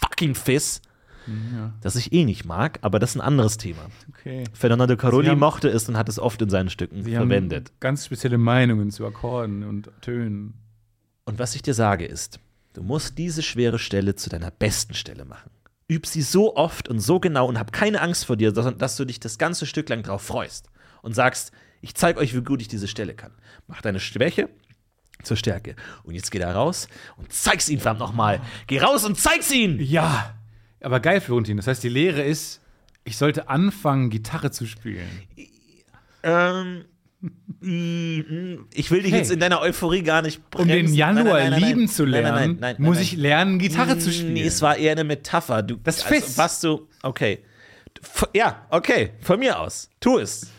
S2: fucking Fiss,
S3: Mhm,
S2: das ich eh nicht mag, aber das ist ein anderes Thema.
S3: okay.
S2: Fernando Caroli
S3: Sie haben-
S2: mochte es und hat es oft in seinen Stücken
S3: Sie
S2: verwendet.
S3: haben ganz spezielle Meinungen zu Akkorden und Tönen.
S2: Und was ich dir sage ist, du musst diese schwere Stelle zu deiner besten Stelle machen. Üb sie so oft und so genau und hab keine Angst vor dir, sondern dass du dich das ganze Stück lang drauf freust und sagst, ich zeig euch, wie gut ich diese Stelle kann. Mach deine Schwäche zur Stärke. Und jetzt geh da raus und zeig's ihm verdammt nochmal. Geh raus und zeig's ihm!
S3: Ja, aber geil, Florentin. Das heißt, die Lehre ist, ich sollte anfangen, Gitarre zu spielen.
S2: Ähm, mm, ich will dich
S3: Hey.
S2: jetzt in deiner Euphorie gar nicht
S3: Um
S2: bremsen.
S3: den Januar lieben zu lernen,
S2: Nein, nein, nein, nein,
S3: muss
S2: nein.
S3: ich lernen, Gitarre zu spielen.
S2: Mm, Nee, es war eher eine Metapher. Du, also,
S3: Das Fist.
S2: Was du. Okay. F ja, okay. Von mir aus. Tu es.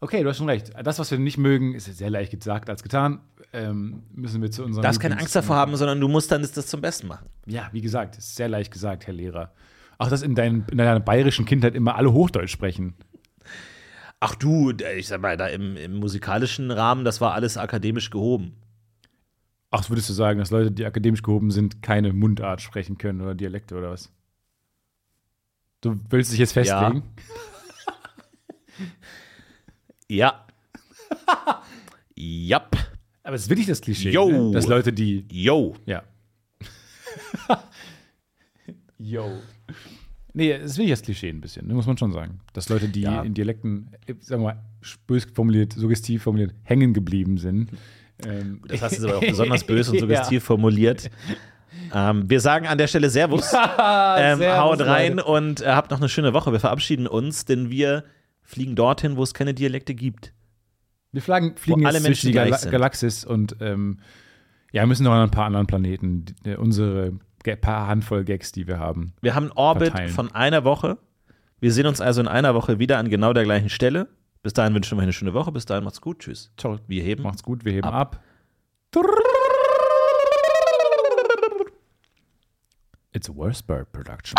S3: okay, du hast schon recht. Das, was wir nicht mögen, ist sehr leicht gesagt als getan. Ähm, müssen wir zu unserem.
S2: Du darfst keine
S3: Lieblings-
S2: Angst davor haben, sondern du musst dann das, das zum Besten machen.
S3: Ja, wie gesagt, ist sehr leicht gesagt, Herr Lehrer. Auch dass in, dein, in deiner bayerischen Kindheit immer alle Hochdeutsch sprechen.
S2: Ach du, äh, ich sag mal, da im, im musikalischen Rahmen, das war alles akademisch gehoben.
S3: Ach, würdest du sagen, dass Leute, die akademisch gehoben sind, keine Mundart sprechen können oder Dialekte oder was? Du willst dich jetzt
S2: Ja.
S3: festlegen?
S2: Ja. Jap.
S3: Aber es ist wirklich das Klischee,
S2: Yo.
S3: ne? dass Leute, die
S2: Yo.
S3: Ja. Yo. Nee, es ist wirklich das Klischee ein bisschen, ne, muss man schon sagen. Dass Leute, die
S2: Ja.
S3: in Dialekten, äh, sagen wir mal, bös formuliert, suggestiv formuliert, hängen geblieben sind. Ähm,
S2: Das hast du jetzt aber auch besonders böse und suggestiv formuliert. Ähm, wir sagen an der Stelle Servus. ähm,
S3: Servus,
S2: haut rein
S3: Leute.
S2: und äh, habt noch eine schöne Woche. Wir verabschieden uns, denn wir fliegen dorthin, wo es keine Dialekte gibt.
S3: Wir flagen, fliegen
S2: Wo
S3: jetzt
S2: alle
S3: durch
S2: Menschen
S3: die Gal
S2: gleich sind.
S3: Galaxis und ähm, ja, müssen noch an ein paar anderen Planeten die, äh, unsere ge- paar Handvoll Gags, die wir haben.
S2: Wir haben einen Orbit
S3: Verteilen.
S2: von einer Woche. Wir sehen uns also in einer Woche wieder an genau der gleichen Stelle. Bis dahin wünschen wir euch eine schöne Woche. Bis dahin macht's gut. Tschüss.
S3: Ciao.
S2: Wir heben.
S3: Macht's gut, wir heben ab. It's a worst bird production.